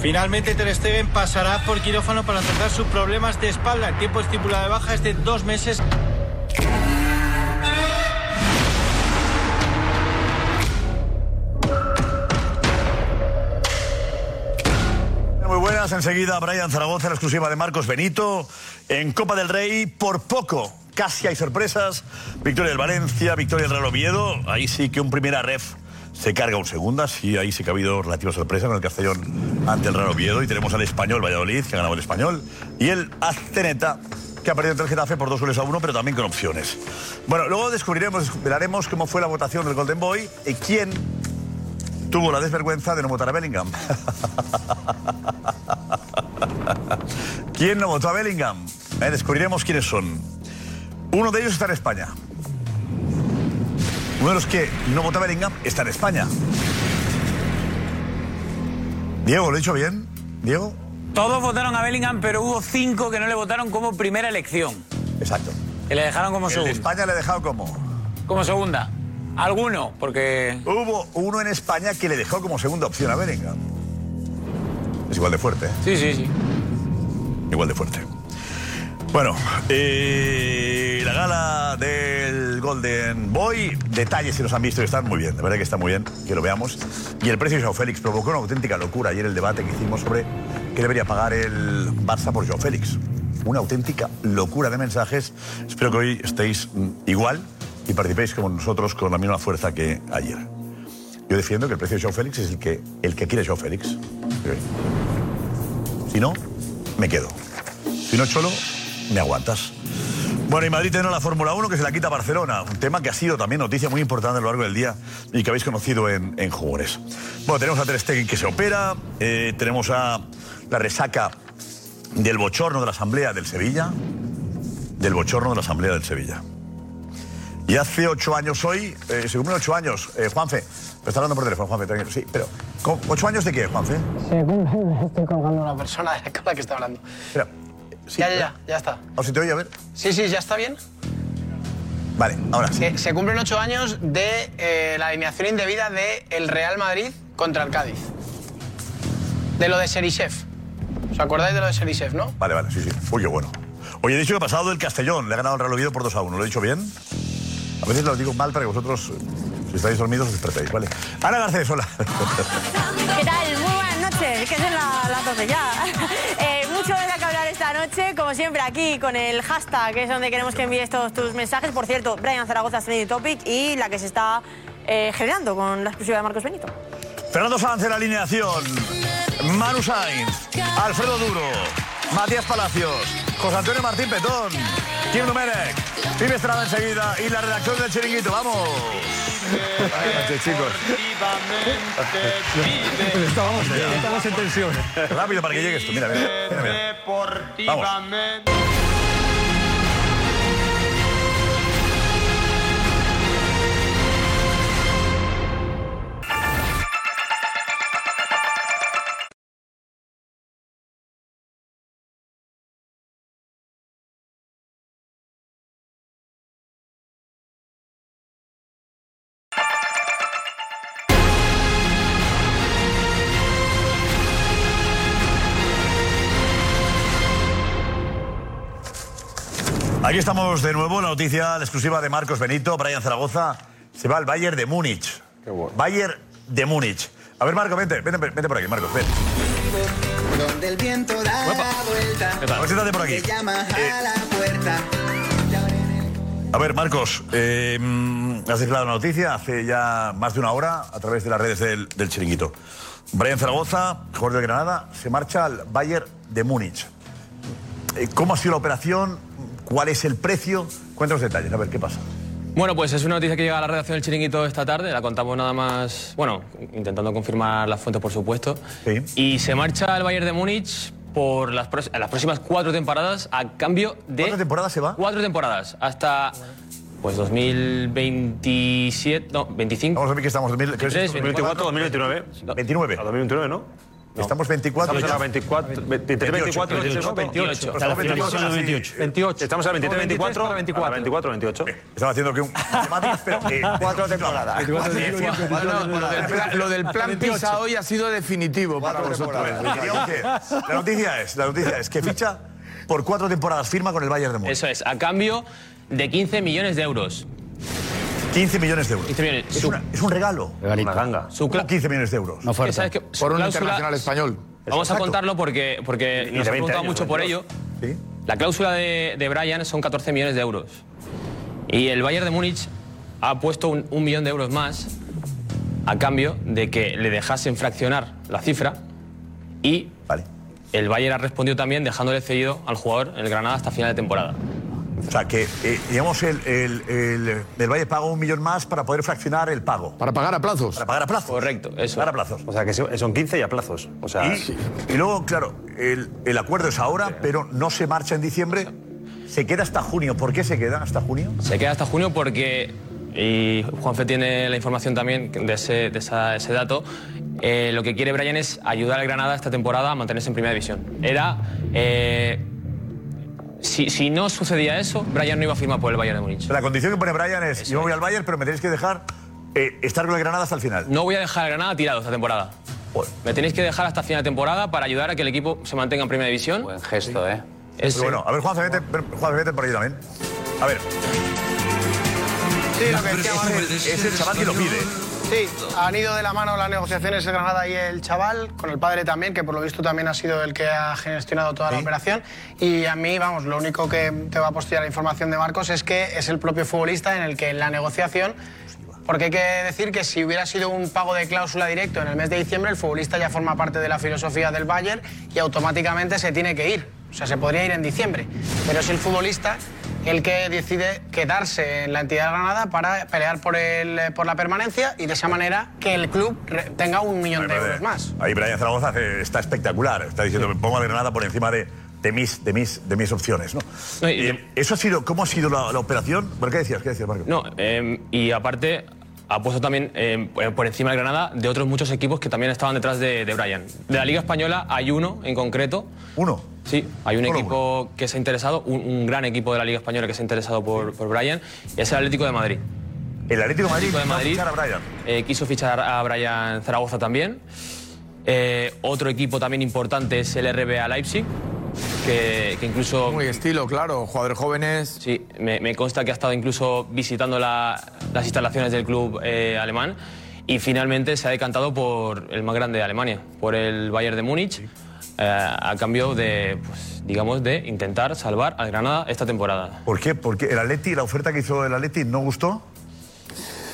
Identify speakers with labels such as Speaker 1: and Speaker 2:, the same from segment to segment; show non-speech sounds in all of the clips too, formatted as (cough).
Speaker 1: Finalmente Ter Stegen pasará por quirófano para tratar sus problemas de espalda. El tiempo estipulado de baja es de dos meses.
Speaker 2: Muy buenas, enseguida Brian Zaragoza, la exclusiva de Marcos Benito. En Copa del Rey, por poco, casi hay sorpresas. Victoria del Valencia, victoria del Real Oviedo. Ahí sí que un primera ref se carga un segunda. Sí, ahí sí que ha habido relativa sorpresa en el Castellón ante el Real Oviedo. Y tenemos al español Valladolid, que ha ganado el español. Y el Azteneta, que ha perdido ante el Getafe por dos goles a uno, pero también con opciones. Bueno, luego descubriremos, descubriremos cómo fue la votación del Golden Boy y quién tuvo la desvergüenza de no votar a Bellingham. ¿Quién no votó a Bellingham? Eh, descubriremos quiénes son. Uno de ellos está en España. Uno de los que no votó a Bellingham está en España. Diego, ¿lo he dicho bien? Diego.
Speaker 3: Todos votaron a Bellingham, pero hubo cinco que no le votaron como primera elección.
Speaker 2: Exacto.
Speaker 3: Que le dejaron como
Speaker 2: El de
Speaker 3: segunda.
Speaker 2: España le he dejado como.
Speaker 3: Como segunda. Alguno, porque.
Speaker 2: Hubo uno en España que le dejó como segunda opción a Bellingham. Es igual de fuerte, ¿eh?
Speaker 3: Sí, sí, sí.
Speaker 2: igual de fuerte. Bueno, eh, la gala del Golden Boy, detalles si los han visto y están muy bien, de verdad que está muy bien, que lo veamos. Y el precio de Joao Félix provocó una auténtica locura ayer el debate que hicimos sobre qué debería pagar el Barça por Joao Félix. Una auténtica locura de mensajes. Espero que hoy estéis mm, igual y participéis como nosotros con la misma fuerza que ayer. Yo defiendo que el precio de Joao Félix es el que, el que quiere Joao Félix. Sí. Si no, me quedo. Si no, Cholo, me aguantas. Bueno, y Madrid tendrá la Fórmula 1 que se la quita a Barcelona. Un tema que ha sido también noticia muy importante a lo largo del día y que habéis conocido en, en jugadores. Bueno, tenemos a Ter Stegen que se opera. eh, tenemos a la resaca del bochorno de la Asamblea del Sevilla. Del bochorno de la Asamblea del Sevilla. Y hace ocho años hoy, eh, se cumplen ocho años, eh, Juanfe. Me está hablando por teléfono, Juanfe, tranquilo. Sí, pero ¿cómo- ¿ocho años de qué, Juanfe?
Speaker 4: Se cumplen, me (laughs) estoy colgando a la persona de la con la que está hablando.
Speaker 2: Espera. Sí,
Speaker 4: ya, ya, ya, ya está.
Speaker 2: A ver si te oye, a ver.
Speaker 4: Sí, sí, ya está bien.
Speaker 2: Vale, ahora sí.
Speaker 4: Que se cumplen ocho años de eh, la alineación indebida de el Real Madrid contra el Cádiz. De lo de Serichev. ¿Os acordáis de lo de Serichev, no?
Speaker 2: Vale, vale, sí, sí. Uy, qué bueno. Oye, he dicho que ha pasado el Castellón. Le ha ganado el Real Oviedo por 2 a 1. ¿Lo he dicho bien? A veces lo digo mal para que vosotros, eh, si estáis dormidos, os despertéis, ¿vale? Ana Garcés, hola.
Speaker 5: ¿Qué tal? Muy buenas noches, que son la- las 12 ya. (laughs) Eh, mucho de que hablar esta noche, como siempre aquí con el hashtag, que es donde queremos que envíes todos tus mensajes. Por cierto, Brian Zaragoza, Trending Topic y la que se está eh, generando con la exclusiva de Marcos Benito.
Speaker 2: Fernando Sanz en la alineación. Manu Sainz. Alfredo Duro. Matías Palacios. José Antonio Martín Petón. Kim Domenech. Vive Estrada enseguida. Y la redacción del Chiringuito. ¡Vamos! (laughs) Buenas noches, chicos.
Speaker 6: Estamos, en tensión.
Speaker 2: Rápido para que llegue esto. Mira, mira. mira, mira.
Speaker 1: Deportivamente.
Speaker 2: Aquí estamos de nuevo, la noticia, la exclusiva de Marcos Benito, Brian Zaragoza. Se va al Bayern de Múnich. Qué bueno. Bayern de Múnich. A ver, Marco, vente, vente, vente por aquí, Marcos, ven.
Speaker 7: Donde el viento da la vuelta,
Speaker 2: A ver, siéntate por aquí.
Speaker 7: te llama
Speaker 2: Eh,
Speaker 7: a la puerta.
Speaker 2: A ver, Marcos, eh, mm, has declarado la noticia hace ya más de una hora a través de las redes del, del chiringuito. Brian Zaragoza, jugador de Granada, se marcha al Bayern de Múnich. Eh, ¿Cómo ha sido la operación? ¿Cuál es el precio? Cuéntanos detalles, a ver qué pasa.
Speaker 8: Bueno, pues es una noticia que llega a la redacción del Chiringuito esta tarde. La contamos nada más, bueno, intentando confirmar las fuentes, por supuesto.
Speaker 2: Sí.
Speaker 8: Y se marcha el Bayern de Múnich por las, pros- las próximas cuatro temporadas a cambio de...
Speaker 2: ¿Cuántas temporadas se va?
Speaker 8: Cuatro temporadas, hasta pues 2027, no, 25.
Speaker 2: Vamos a ver que estamos en
Speaker 8: 23,
Speaker 9: 24,
Speaker 2: 2024.
Speaker 9: 2029.
Speaker 2: 29.
Speaker 9: A 2029, ¿no?
Speaker 2: Estamos 24.
Speaker 9: Estamos en la 24, 23, 24,
Speaker 8: 28,
Speaker 9: 28.
Speaker 8: 28.
Speaker 2: Estamos 28, sí.
Speaker 8: 28.
Speaker 9: Estamos en la 23, 24,
Speaker 8: Estamos 23 para
Speaker 9: 24, 28.
Speaker 2: Estaba haciendo que un. pero, eh,
Speaker 10: Cuatro temporadas.
Speaker 2: Cuatro temporadas.
Speaker 10: Lo del plan Pisa hoy ha sido definitivo para vosotros.
Speaker 2: Digamos que La noticia es, la noticia es que ficha por cuatro temporadas firma con el Bayern de Múnich.
Speaker 8: Eso es, a cambio de 15 millones de euros.
Speaker 2: 15 millones de euros.
Speaker 8: 15 millones.
Speaker 2: Es,
Speaker 8: Su-
Speaker 2: una- es un regalo.
Speaker 9: Una ganga.
Speaker 8: Su cla-
Speaker 2: ¿Cómo 15 millones de euros.
Speaker 8: que sabes que su
Speaker 10: Por un
Speaker 8: cláusula-
Speaker 10: internacional español.
Speaker 8: Vamos a
Speaker 2: Exacto.
Speaker 8: contarlo porque, porque
Speaker 9: de
Speaker 8: nos han
Speaker 9: 20
Speaker 8: preguntado
Speaker 9: años,
Speaker 8: mucho por ello.
Speaker 9: 22.
Speaker 2: Sí.
Speaker 8: La cláusula de, de Brian son 14 millones de euros. Y el Bayern de Múnich ha puesto un, un millón de euros más a cambio de que le dejasen fraccionar la cifra. Y
Speaker 2: Vale.
Speaker 8: el Bayern ha respondido también dejándole cedido al jugador en el Granada hasta final de temporada.
Speaker 2: O sea, que eh, digamos, el, el, el, el Bayern paga un millón más para poder fraccionar el pago.
Speaker 10: Para pagar a plazos.
Speaker 2: Para pagar a plazos.
Speaker 8: Correcto, eso.
Speaker 2: Pagar a plazos.
Speaker 9: O sea, que son 15 y a plazos. O sea,
Speaker 2: Y, y luego, claro, el, el acuerdo es ahora, pero no se marcha en diciembre. Se queda hasta junio. ¿Por qué se queda hasta junio?
Speaker 8: Se queda hasta junio porque, y Juanfe tiene la información también de ese, de esa- ese dato, eh, lo que quiere Brian es ayudar al Granada esta temporada a mantenerse en primera división. Era, eh, si, si no sucedía eso, Brian no iba a firmar por el Bayern de Múnich.
Speaker 2: La condición que pone Brian es, yo me voy al Bayern, pero me tenéis que dejar eh, estar con el Granada hasta el final.
Speaker 8: No voy a dejar al Granada tirado esta temporada.
Speaker 2: Joder.
Speaker 8: Me tenéis que dejar hasta final de temporada para ayudar a que el equipo se mantenga en primera división.
Speaker 3: Buen gesto, ¿eh?
Speaker 8: Es-
Speaker 2: Pero bueno, a ver, Juan, vete, Juanfe, vete por ahí también. A ver.
Speaker 4: Sí, lo que decíamos antes.
Speaker 2: Es, es el chaval que lo pide.
Speaker 4: Sí, han ido de la mano las negociaciones el Granada y el chaval, con el padre también, que por lo visto también ha sido el que ha gestionado toda la operación. Y a mí, vamos, lo único que te va a postillar la información de Marcos es que es el propio futbolista en el que en la negociación. Porque hay que decir que si hubiera sido un pago de cláusula directo en el mes de diciembre, el futbolista ya forma parte de la filosofía del Bayern y automáticamente se tiene que ir. O sea, se podría ir en diciembre. Pero es el futbolista el que decide quedarse en la entidad de Granada para pelear por, el, eh, por la permanencia y de esa manera que el club re- tenga un millón de euros más.
Speaker 2: Ahí Brian Zaragoza hace- está espectacular. Está diciendo, me pongo al Granada por encima de, de mis, de, mis, de mis opciones. ¿no?
Speaker 8: No, y-
Speaker 2: Eh, ¿Eso ha sido, cómo ha sido la, la operación? Bueno, ¿Qué decías, qué decías Marco?
Speaker 8: No, eh, y aparte ha puesto también eh, por encima del Granada de otros muchos equipos que también estaban detrás de, de Brian. De la Liga Española hay uno en concreto.
Speaker 2: Uno.
Speaker 8: Sí, hay un
Speaker 2: Solo
Speaker 8: equipo que se ha interesado, un, un gran equipo de la Liga Española que se ha interesado por, por Brian, y es el Atlético de Madrid.
Speaker 2: El Atlético de Madrid,
Speaker 8: Atlético de
Speaker 2: va a
Speaker 8: Madrid.
Speaker 2: fichar a Brian.
Speaker 8: Eh, quiso fichar a Brian Zaragoza también. Eh, otro equipo también importante es el RBA Leipzig, que, que incluso
Speaker 10: Muy estilo, claro. Jugadores jóvenes.
Speaker 8: Sí, me, me consta que ha estado incluso visitando la- las instalaciones del club eh, alemán y finalmente se ha decantado por el más grande de Alemania, por el Bayern de Múnich, eh, a cambio de, pues, digamos, de intentar salvar al Granada esta temporada.
Speaker 2: ¿Por qué? Porque el Atleti, la oferta que hizo el Atleti no gustó.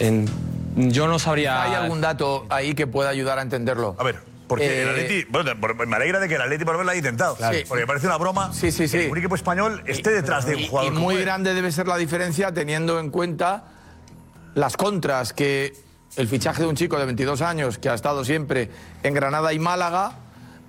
Speaker 8: En- yo no sabría...
Speaker 10: ¿Hay algún dato ahí que pueda ayudar a entenderlo?
Speaker 2: A ver, porque
Speaker 10: Eh,
Speaker 2: el Atleti. Bueno, por- me alegra de que el Atleti por lo menos lo haya intentado.
Speaker 10: Claro.
Speaker 2: Sí, Porque me parece una broma
Speaker 10: Sí, sí, sí.
Speaker 2: que un equipo español esté detrás de
Speaker 10: Y-
Speaker 2: un jugador.
Speaker 10: y
Speaker 2: como
Speaker 10: muy
Speaker 2: él.
Speaker 10: grande debe ser la diferencia teniendo en cuenta las contras que el fichaje de un chico de 22 años que ha estado siempre en Granada y Málaga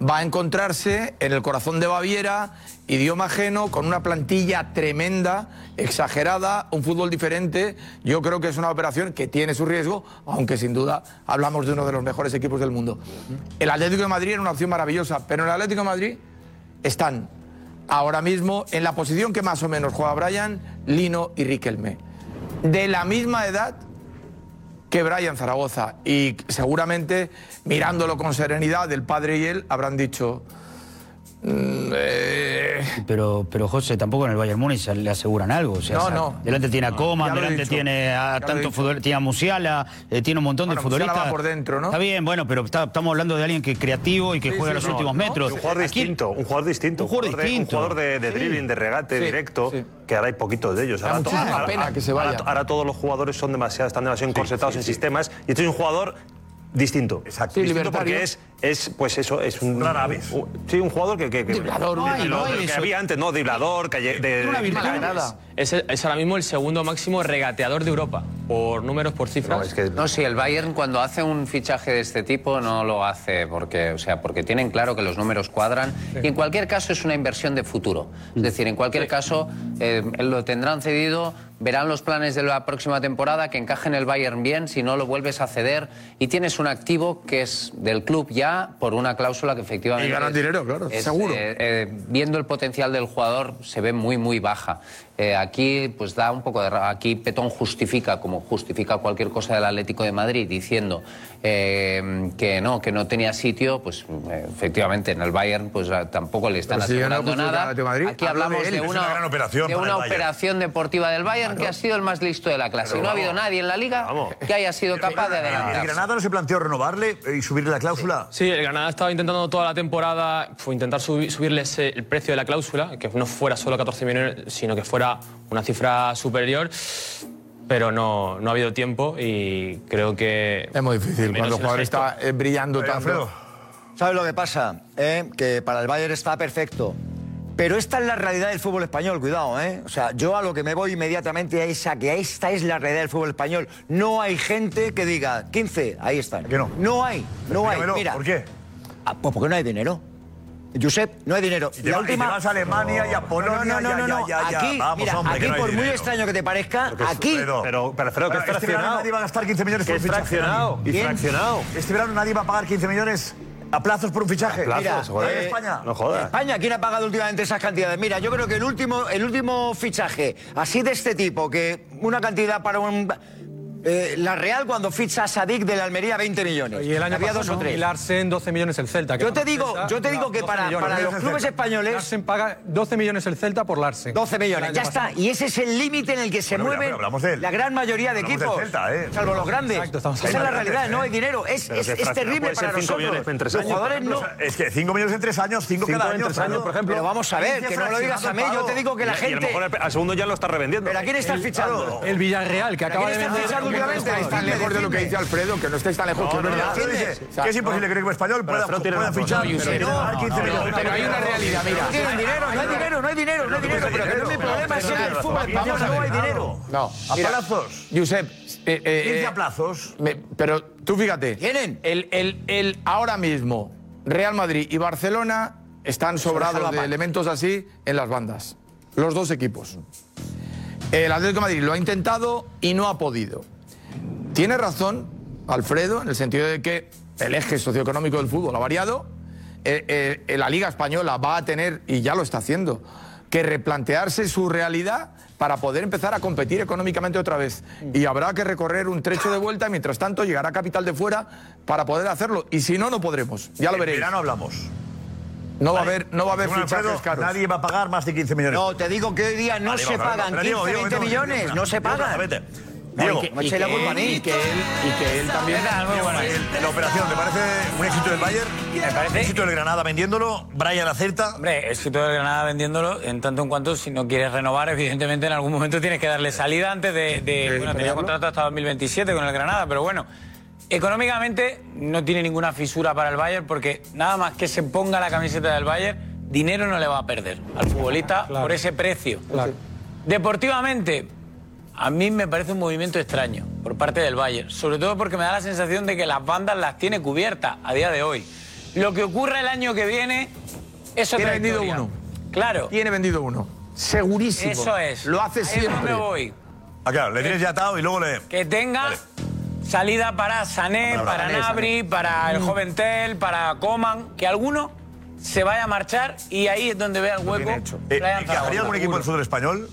Speaker 10: va a encontrarse en el corazón de Baviera, idioma ajeno, con una plantilla tremenda, exagerada, un fútbol diferente. Yo creo que es una operación que tiene su riesgo, aunque sin duda hablamos de uno de los mejores equipos del mundo. El Atlético de Madrid era una opción maravillosa, pero en el Atlético de Madrid están ahora mismo en la posición que más o menos juega Brian, Lino y Riquelme. De la misma edad que Brian Zaragoza. Y seguramente, mirándolo con serenidad, el padre y él habrán dicho. mm, eh,
Speaker 11: Pero, pero José, tampoco en el Bayern Múnich le aseguran algo. o sea,
Speaker 10: No,
Speaker 11: sa-
Speaker 10: no.
Speaker 11: Delante tiene a
Speaker 10: Ya
Speaker 11: Coman,
Speaker 10: lo he
Speaker 11: delante
Speaker 10: dicho.
Speaker 11: tiene
Speaker 10: Ya
Speaker 11: a
Speaker 10: lo he
Speaker 11: tanto
Speaker 10: dicho.
Speaker 11: futbol- tiene a Musiala, eh, tiene un montón
Speaker 10: Bueno,
Speaker 11: de
Speaker 10: Musiala
Speaker 11: futbolistas.
Speaker 10: va por dentro, ¿no?
Speaker 11: Está bien, bueno, pero está- estamos hablando de alguien que es creativo y que
Speaker 10: Sí,
Speaker 11: juega
Speaker 10: sí,
Speaker 11: los
Speaker 10: no,
Speaker 11: últimos
Speaker 10: no,
Speaker 11: metros.
Speaker 9: Un jugador
Speaker 11: ¿A quién-
Speaker 9: distinto, un jugador distinto.
Speaker 11: Un jugador
Speaker 9: de-
Speaker 11: distinto.
Speaker 9: un jugador de, de dribbling, de regate
Speaker 10: Sí,
Speaker 9: directo,
Speaker 10: sí.
Speaker 9: que ahora hay poquitos de ellos.
Speaker 10: Da
Speaker 9: to-
Speaker 10: muchísima pena que se
Speaker 9: ahora-
Speaker 10: vaya.
Speaker 9: ahora todos los jugadores son demasiado, están demasiado encorsetados en sistemas. Y este es un jugador distinto. Exacto.
Speaker 10: Sí,
Speaker 9: distinto
Speaker 10: libertario.
Speaker 9: porque es, es, pues eso, es un.
Speaker 2: Rara
Speaker 9: u- sí, un jugador que. que, que-
Speaker 10: Driblador,
Speaker 9: lo-
Speaker 10: un driblador.
Speaker 9: lo que
Speaker 10: Eso.
Speaker 9: había antes, ¿no? Driblador, calle. De, de calles.
Speaker 8: Es, es ahora mismo el segundo máximo regateador de Europa, por números, por cifras.
Speaker 12: No, sí, el Bayern cuando hace un fichaje de este tipo no lo hace porque, o sea, porque tienen claro que los números cuadran y en cualquier caso es una inversión de futuro.
Speaker 8: Mm.
Speaker 12: Es decir, en cualquier caso eh, lo tendrán cedido, verán los planes de la próxima temporada que encajen el Bayern bien, si no lo vuelves a ceder y tienes un activo que es del club ya por una cláusula que efectivamente...
Speaker 10: Y ganan
Speaker 12: es-
Speaker 10: dinero, claro,
Speaker 12: es,
Speaker 10: seguro.
Speaker 12: eh, eh, viendo el potencial del jugador, se ve muy, muy baja. Eh, aquí, pues da un poco de. ra- Aquí Petón justifica, como justifica cualquier cosa del Atlético de Madrid, diciendo eh, que no, que no tenía sitio, pues eh, efectivamente en el Bayern, pues ah, tampoco le están
Speaker 10: Pero si ganó
Speaker 12: asegurando
Speaker 10: mucho el
Speaker 12: nada.
Speaker 10: Atlético de Madrid,
Speaker 12: aquí
Speaker 10: habla de
Speaker 12: hablamos de,
Speaker 10: él, es
Speaker 12: una,
Speaker 10: una gran operación
Speaker 12: de
Speaker 10: para
Speaker 12: una
Speaker 10: el Bayern.
Speaker 12: operación deportiva del Bayern que ha sido el más listo de la clase.
Speaker 2: Pero
Speaker 12: no ha habido
Speaker 2: vamos.
Speaker 12: nadie en la liga que haya sido capaz de adelantar.
Speaker 10: ¿eh?
Speaker 2: ¿El Granada no se planteó renovarle eh, y subirle la cláusula?
Speaker 8: Sí, el Granada estaba intentando toda la temporada fue intentar subi- subirles eh, el precio de la cláusula, que no fuera solo 14 millones, sino que fuera una cifra superior. Pero no, no ha habido tiempo y creo que.
Speaker 10: Es muy difícil
Speaker 8: Menos
Speaker 10: cuando el
Speaker 8: el
Speaker 10: jugador
Speaker 8: gesto.
Speaker 10: está eh, brillando tanto.
Speaker 13: ¿Sabes lo que pasa? eh? Que para el Bayern está perfecto. Pero esta es la realidad del fútbol español, cuidado, ¿eh? O sea, yo a lo que me voy inmediatamente es a que esta es la realidad del fútbol español. No hay gente que diga 15, ahí están. no? hay, no hay.
Speaker 2: Explícamelo,
Speaker 13: Mira,
Speaker 2: ¿Por qué?
Speaker 13: Ah, pues porque no hay dinero. Josep, no hay dinero.
Speaker 2: Y te va- y te vas a Alemania y a
Speaker 13: No,
Speaker 2: Polonia,
Speaker 13: no, no,
Speaker 2: ya,
Speaker 13: no, no.
Speaker 2: ya, ya,
Speaker 13: Aquí,
Speaker 2: vamos,
Speaker 13: mira,
Speaker 2: hombre, que
Speaker 13: aquí
Speaker 2: no hay
Speaker 13: por muy
Speaker 2: dinero.
Speaker 10: Este
Speaker 13: extraño que te parezca, aquí.
Speaker 9: Pero, pero, Alfredo, que es
Speaker 2: este verano
Speaker 9: fraccionado.
Speaker 2: nadie va a gastar 15 millones
Speaker 9: Que
Speaker 2: por un
Speaker 9: es
Speaker 2: fichaje.
Speaker 9: fraccionado.
Speaker 2: nadie.
Speaker 9: Y
Speaker 2: ¿Quién?
Speaker 9: fraccionado.
Speaker 2: Este verano nadie va a pagar 15 millones a plazos por un fichaje.
Speaker 13: Mira,
Speaker 2: ¿en
Speaker 13: eh,
Speaker 2: España.
Speaker 13: España, ¿quién ha pagado últimamente esas cantidades? Mira, yo creo que el último, el último fichaje, así de este tipo, que una cantidad para un. eh, la Real cuando ficha a Sadik de la Almería 20 millones.
Speaker 6: Y el año
Speaker 13: Había
Speaker 6: pasado,
Speaker 13: dos o
Speaker 6: ¿no?
Speaker 13: tres.
Speaker 6: Y Larsen, 12 millones el Celta. que
Speaker 13: Yo
Speaker 6: para
Speaker 13: te digo-
Speaker 6: el Celta
Speaker 13: yo te
Speaker 6: era
Speaker 13: digo que
Speaker 6: 12
Speaker 13: para-
Speaker 6: millones.
Speaker 13: para los clubes españoles-
Speaker 6: Larsen paga 12 millones el Celta por Larsen.
Speaker 13: 12 millones,
Speaker 6: El
Speaker 13: ya
Speaker 6: año pasado.
Speaker 13: está. Y ese es el límite en el que se
Speaker 2: Bueno, mira,
Speaker 13: mueven
Speaker 2: pero hablamos del-
Speaker 13: la gran mayoría de
Speaker 2: hablamos
Speaker 13: equipos,
Speaker 2: del Celta, ¿eh?
Speaker 13: salvo los grandes.
Speaker 2: Exacto, estamos
Speaker 13: Esa es la
Speaker 2: hablando de
Speaker 13: realidad,
Speaker 2: grandes,
Speaker 13: no hay
Speaker 2: ¿eh?
Speaker 13: dinero. Es,
Speaker 2: Pero
Speaker 13: es,
Speaker 2: que
Speaker 13: es
Speaker 2: fraccionado
Speaker 13: terrible
Speaker 2: puede ser
Speaker 13: para
Speaker 2: cinco
Speaker 13: nosotros.
Speaker 2: millones en tres
Speaker 13: los
Speaker 2: años,
Speaker 13: jugadores
Speaker 2: por
Speaker 13: no.
Speaker 2: ejemplo. O sea, Es que 5 millones en 3 años, 5
Speaker 9: Cinco
Speaker 2: cada
Speaker 9: en
Speaker 2: año.
Speaker 9: tres
Speaker 2: Fernando.
Speaker 9: años, por ejemplo.
Speaker 13: Pero vamos a ver, que no lo digas a mí. Yo te digo que la
Speaker 9: Y- Y a lo
Speaker 13: gente.
Speaker 9: mejor al- al segundo ya lo está revendiendo.
Speaker 13: ¿Pero a quién estás fichando?
Speaker 6: El Villarreal, que
Speaker 13: ¿Pero
Speaker 6: acaba de
Speaker 13: quién está
Speaker 6: vender.
Speaker 13: fichando
Speaker 6: que no
Speaker 13: últimamente?
Speaker 6: estáis tan
Speaker 13: Defiende,
Speaker 6: lejos de lo que
Speaker 13: defiende.
Speaker 6: dice
Speaker 10: Alfredo, que no estáis tan lejos, que es verdad.
Speaker 2: Alfredo dice
Speaker 10: O sea,
Speaker 2: que es imposible que el equipo español pueda,
Speaker 10: Alfredo tiene
Speaker 2: pueda
Speaker 10: razón.
Speaker 2: fichar.
Speaker 10: No, Josep,
Speaker 2: pero
Speaker 10: no,
Speaker 2: hay 15
Speaker 10: no,
Speaker 2: millones.
Speaker 10: pero hay una realidad, mira.
Speaker 13: No tienen dinero, no hay dinero, no hay dinero, no hay dinero. Pero que no es mi problema, es que en el fútbol español no hay dinero.
Speaker 10: No.
Speaker 2: A
Speaker 10: Mira,
Speaker 2: plazos.
Speaker 10: Josep, eh, eh,
Speaker 2: 15 a
Speaker 10: eh,
Speaker 2: plazos.
Speaker 10: me- pero tú fíjate.
Speaker 13: ¿Tienen?
Speaker 10: El, el, el ahora mismo Real Madrid y Barcelona
Speaker 13: déjalo
Speaker 10: están
Speaker 13: a
Speaker 10: sobrados de
Speaker 13: Paco.
Speaker 10: elementos así en las bandas. Los dos equipos. El Atlético de Madrid lo ha intentado y no ha podido. Tiene razón Alfredo en el sentido de que el eje socioeconómico del fútbol ha variado. Eh, eh, eh, la Liga Española va a tener, y ya lo está haciendo, que replantearse su realidad para poder empezar a competir económicamente otra vez. Y habrá que recorrer un trecho de vuelta, y mientras tanto llegará capital de fuera para poder hacerlo. Y si no, no podremos. Ya lo
Speaker 2: En
Speaker 10: veréis.
Speaker 2: verano hablamos.
Speaker 10: No va a
Speaker 2: Vale.
Speaker 10: haber, no va a haber
Speaker 2: Según Alfredo,
Speaker 10: fichajes caros.
Speaker 2: Nadie va a pagar más de 15 millones.
Speaker 13: No, te digo que hoy día no
Speaker 2: Nadie
Speaker 13: se
Speaker 2: va a pagar.
Speaker 13: pagan
Speaker 2: Pero
Speaker 13: 15,
Speaker 2: Diego, Diego,
Speaker 13: 20
Speaker 2: Diego,
Speaker 13: millones,
Speaker 2: Diego,
Speaker 13: no se
Speaker 2: Diego,
Speaker 13: pagan.
Speaker 2: vete.
Speaker 10: No, y
Speaker 2: Diego,
Speaker 10: que-
Speaker 13: No
Speaker 10: y
Speaker 13: eche la culpa a mí.
Speaker 10: que él, y que él también.
Speaker 2: el- la operación, ¿te parece un éxito del Bayern?
Speaker 3: Me parece-
Speaker 2: Un éxito del Granada vendiéndolo, Brian acepta.
Speaker 3: Hombre, es que todo el Granada vendiéndolo, en tanto en cuanto si no quieres renovar, evidentemente en algún momento tienes que darle salida antes de... de bueno, tenía contrato hasta 2027 con el Granada, pero bueno. Económicamente no tiene ninguna fisura para el Bayern porque nada más que se ponga la camiseta del Bayern, dinero no le va a perder al futbolista por ese precio. Deportivamente, a mí me parece un movimiento extraño por parte del Bayern, sobre todo porque me da la sensación de que las bandas las tiene cubiertas a día de hoy. Lo que ocurra el año que viene, eso
Speaker 10: Tiene vendido uno.
Speaker 3: Claro,
Speaker 10: Tiene vendido uno. Segurísimo.
Speaker 3: eso es.
Speaker 10: Lo hace
Speaker 3: Ahí es
Speaker 10: siempre.
Speaker 3: donde voy.
Speaker 2: Ah, claro, le tienes ya atado y luego le.
Speaker 3: Que tenga salida para Sané,
Speaker 2: Palabra,
Speaker 3: para
Speaker 2: Sané,
Speaker 3: Nabri, para
Speaker 10: Mm.
Speaker 3: el joven Tel, para Coman, que alguno se vaya a marchar y ahí es donde vea el hueco.
Speaker 2: Eh,
Speaker 3: Brian Zaragoza.
Speaker 2: ¿Encajaría algún equipo del fútbol español?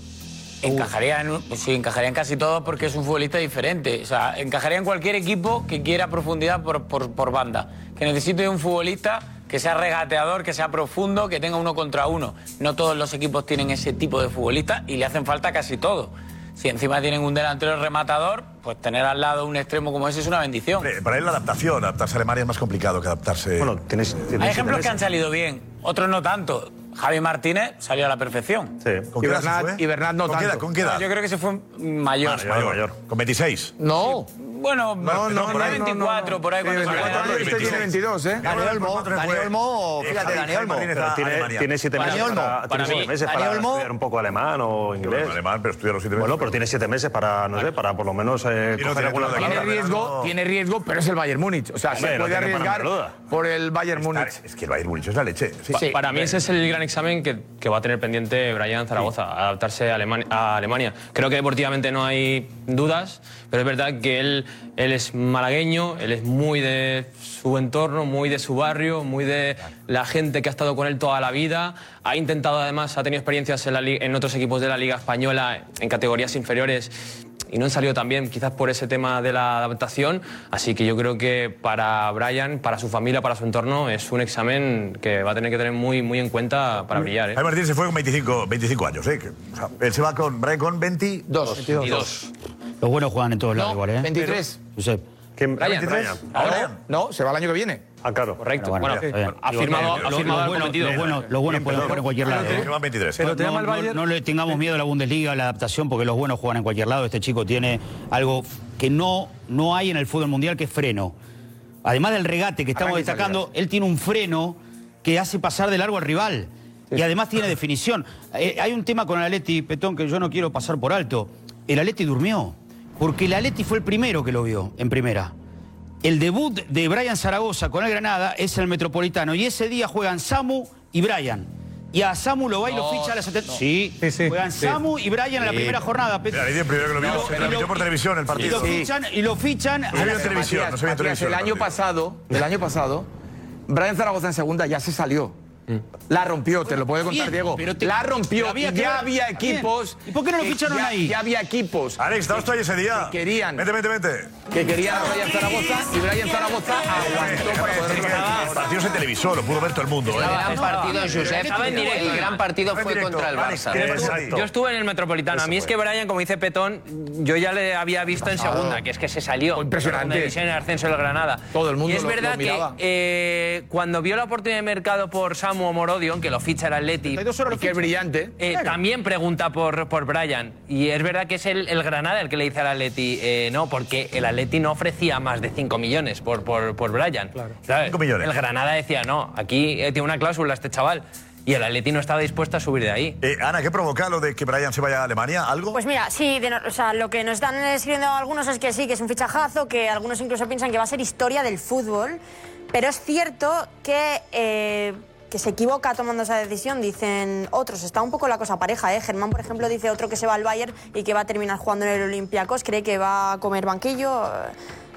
Speaker 3: Encajaría en, pues sí, encajaría en casi todo porque es un futbolista diferente. O sea, encajaría en cualquier equipo que quiera profundidad por, por, por banda. Que necesite un futbolista que sea regateador, que sea profundo, que tenga uno contra uno. No todos los equipos tienen ese tipo de futbolista y le hacen falta casi todo. Si encima tienen un delantero rematador, pues tener al lado un extremo como ese es una bendición.
Speaker 2: Hombre, Para él la adaptación, adaptarse a Alemania es más complicado que adaptarse.
Speaker 9: Bueno, tienes.
Speaker 3: Hay ejemplos que han salido bien, otros no tanto. Javi Martínez salió a la perfección.
Speaker 2: ¿Con qué edad se fue? ¿Con qué edad? ¿Con qué edad?
Speaker 3: Ah, Yo creo que se fue mayor.
Speaker 2: Mayor, mayor, ¿Con 26?
Speaker 10: No.
Speaker 3: Bueno, no, no,
Speaker 2: no, no,
Speaker 3: 24, por ahí.
Speaker 2: Sí,
Speaker 3: cuando se
Speaker 2: 24,
Speaker 3: fue.
Speaker 2: y Este tiene 22, ¿eh?
Speaker 13: Dani Olmo,
Speaker 2: Cuatro,
Speaker 13: Dani
Speaker 2: fue-
Speaker 13: Olmo,
Speaker 2: Eh,
Speaker 13: fíjate,
Speaker 2: Javi
Speaker 13: Dani
Speaker 2: Jaime
Speaker 13: Olmo.
Speaker 2: Martínez a
Speaker 9: Tiene,
Speaker 2: Alemania.
Speaker 9: tiene siete meses
Speaker 13: Dani Olmo,
Speaker 9: para, tiene
Speaker 13: para
Speaker 9: siete
Speaker 13: mí,
Speaker 9: meses
Speaker 13: Dani
Speaker 9: para
Speaker 13: Olmo.
Speaker 9: estudiar un poco alemán o inglés.
Speaker 2: alemán, pero estudia los siete meses.
Speaker 9: Bueno, pero tiene siete meses para, no sé, para por lo menos eh,
Speaker 10: Tiene
Speaker 9: coger alguna
Speaker 10: tiene
Speaker 9: palabra.
Speaker 10: riesgo, tiene riesgo, pero es el Bayern Múnich. O sea,
Speaker 9: Hombre,
Speaker 10: se
Speaker 9: no
Speaker 10: puede
Speaker 9: tiene para
Speaker 10: arriesgar
Speaker 9: ninguna
Speaker 10: por el Bayern Múnich.
Speaker 2: Es que el Bayern Múnich es la leche.
Speaker 10: Sí,
Speaker 8: Pa-
Speaker 10: sí.
Speaker 8: Para mí ese es el gran examen que, que va a tener pendiente Brian Zaragoza, adaptarse a, Aleman- a Alemania. Creo que deportivamente no hay dudas, pero es verdad que él, él es malagueño, él es muy de su entorno, muy de su barrio, muy de la gente que ha estado con él toda la vida. Ha intentado además, ha tenido experiencias en, la li- en otros equipos de la Liga Española, en categorías inferiores y no han salido tan bien, quizás por ese tema de la adaptación. Así que yo creo que para Brian, para su familia, para su entorno, es un examen que va a tener que tener muy, muy en cuenta para brillar. ¿eh?
Speaker 2: Jaime Martínez se fue con 25, 25 años, ¿eh? Que, o sea, él se va con Brian con 22.
Speaker 8: 22.
Speaker 11: Los buenos juegan en todos lados igual, ¿eh?
Speaker 10: 23.
Speaker 11: Josep.
Speaker 9: ¿Quién?
Speaker 10: Brian. ¿Ahora? No, se va el año que viene.
Speaker 9: Ah, claro.
Speaker 8: Correcto.
Speaker 11: Bueno,
Speaker 8: Bueno,
Speaker 11: está bien.
Speaker 8: ha firmado, ha
Speaker 11: Lo-
Speaker 8: firmado
Speaker 11: lo
Speaker 8: el
Speaker 11: bueno-
Speaker 8: cometido.
Speaker 11: lo bueno- lo bueno pueden jugar en cualquier lado. ¿eh?
Speaker 2: Pero te
Speaker 11: no,
Speaker 2: llama el
Speaker 11: no-
Speaker 2: Bayern-
Speaker 11: no le tengamos miedo a la Bundesliga, a la adaptación, porque los buenos juegan en cualquier lado. Este chico tiene algo que no, no hay en el fútbol mundial, que es freno. Además del regate que estamos
Speaker 14: Arranque y
Speaker 11: destacando, él tiene un freno que hace pasar de largo al rival. Y además tiene definición. Eh, hay un tema con el Atleti, Petón, que yo no quiero pasar por alto. El Atleti durmió, porque el Atleti fue el primero que lo vio en primera. El debut de Brian Zaragoza con el Granada es en el Metropolitano y ese día juegan Samu y Brian. Y a Samu lo va y
Speaker 14: No,
Speaker 11: lo ficha a la 70. Sí, juegan
Speaker 2: sí.
Speaker 11: Samu y Brian en la
Speaker 2: Sí.
Speaker 11: primera jornada. Petón.
Speaker 2: Mira, ahí el primero que lo vio,
Speaker 11: No,
Speaker 2: se
Speaker 11: y
Speaker 2: transmitió
Speaker 11: lo-
Speaker 2: por televisión el
Speaker 11: Y lo
Speaker 2: partido.
Speaker 11: fichan, y lo fichan
Speaker 2: No se
Speaker 11: a
Speaker 2: vio
Speaker 11: la
Speaker 2: en televisión, no se vio en
Speaker 10: Matías,
Speaker 2: televisión.
Speaker 10: el año pasado, el año pasado, Brian Zaragoza en segunda ya se salió. La rompió, te lo puede contar
Speaker 11: Bien,
Speaker 10: Diego.
Speaker 11: pero te-
Speaker 10: la
Speaker 11: pero
Speaker 10: rompió.
Speaker 11: había
Speaker 10: y
Speaker 11: que
Speaker 10: ya
Speaker 11: ver-
Speaker 10: había
Speaker 11: está bien.
Speaker 10: equipos.
Speaker 11: ¿Y por qué no lo
Speaker 10: que
Speaker 11: ficharon
Speaker 10: ya-
Speaker 11: ahí?
Speaker 10: Ya había equipos.
Speaker 2: Alex, ¿estabas tú ahí ese día?
Speaker 10: Que querían.
Speaker 2: Vete, vete, vete.
Speaker 10: Que querían a Brian Zaragoza y Brian Zaragoza
Speaker 2: Eh,
Speaker 10: aguantó para poder
Speaker 2: El partido se televisó, lo pudo ver todo el mundo. ¿eh?
Speaker 12: El gran partido, Josep,
Speaker 8: Estaba en directo. ¿eh?
Speaker 12: el gran partido
Speaker 8: Estaba en
Speaker 12: fue
Speaker 8: directo.
Speaker 12: contra el
Speaker 8: Vale,
Speaker 12: Barça.
Speaker 8: yo estuve- Yo estuve en el Metropolitano. A mí es que Brian, como dice Petón, yo ya le había visto en
Speaker 10: Pasado.
Speaker 8: segunda, que es que se salió.
Speaker 10: Fue impresionante.
Speaker 8: En división en el ascenso del Granada.
Speaker 10: Todo el mundo
Speaker 8: Y es
Speaker 10: lo-
Speaker 8: verdad
Speaker 10: lo miraba.
Speaker 8: que eh, cuando vio la oportunidad de mercado por Samu Morodion, que lo ficha el Atleti,
Speaker 10: Y que es brillante.
Speaker 8: eh, también pregunta por, por Brian. Y es verdad que es el, el Granada el que le dice al Atleti eh, no, porque el Atleti no ofrecía más de 5 millones por, por, por Brian. ¿Sabes?
Speaker 2: Cinco millones.
Speaker 8: El Granada decía, no, aquí eh, tiene una cláusula este chaval. Y el Atleti no estaba dispuesto a subir de ahí.
Speaker 2: Eh, Ana, ¿qué provoca lo de que Brian se vaya a Alemania? ¿Algo?
Speaker 5: Pues mira, sí, de no- o sea, lo que nos están escribiendo algunos es que sí, que es un fichajazo, que algunos incluso piensan que va a ser historia del fútbol, pero es cierto que, eh, que se equivoca tomando esa decisión, dicen otros. Está un poco la cosa pareja, ¿eh? Germán, por ejemplo, dice otro que se va al Bayern y que va a terminar jugando en el Olympiacos, cree que va a comer banquillo. eh,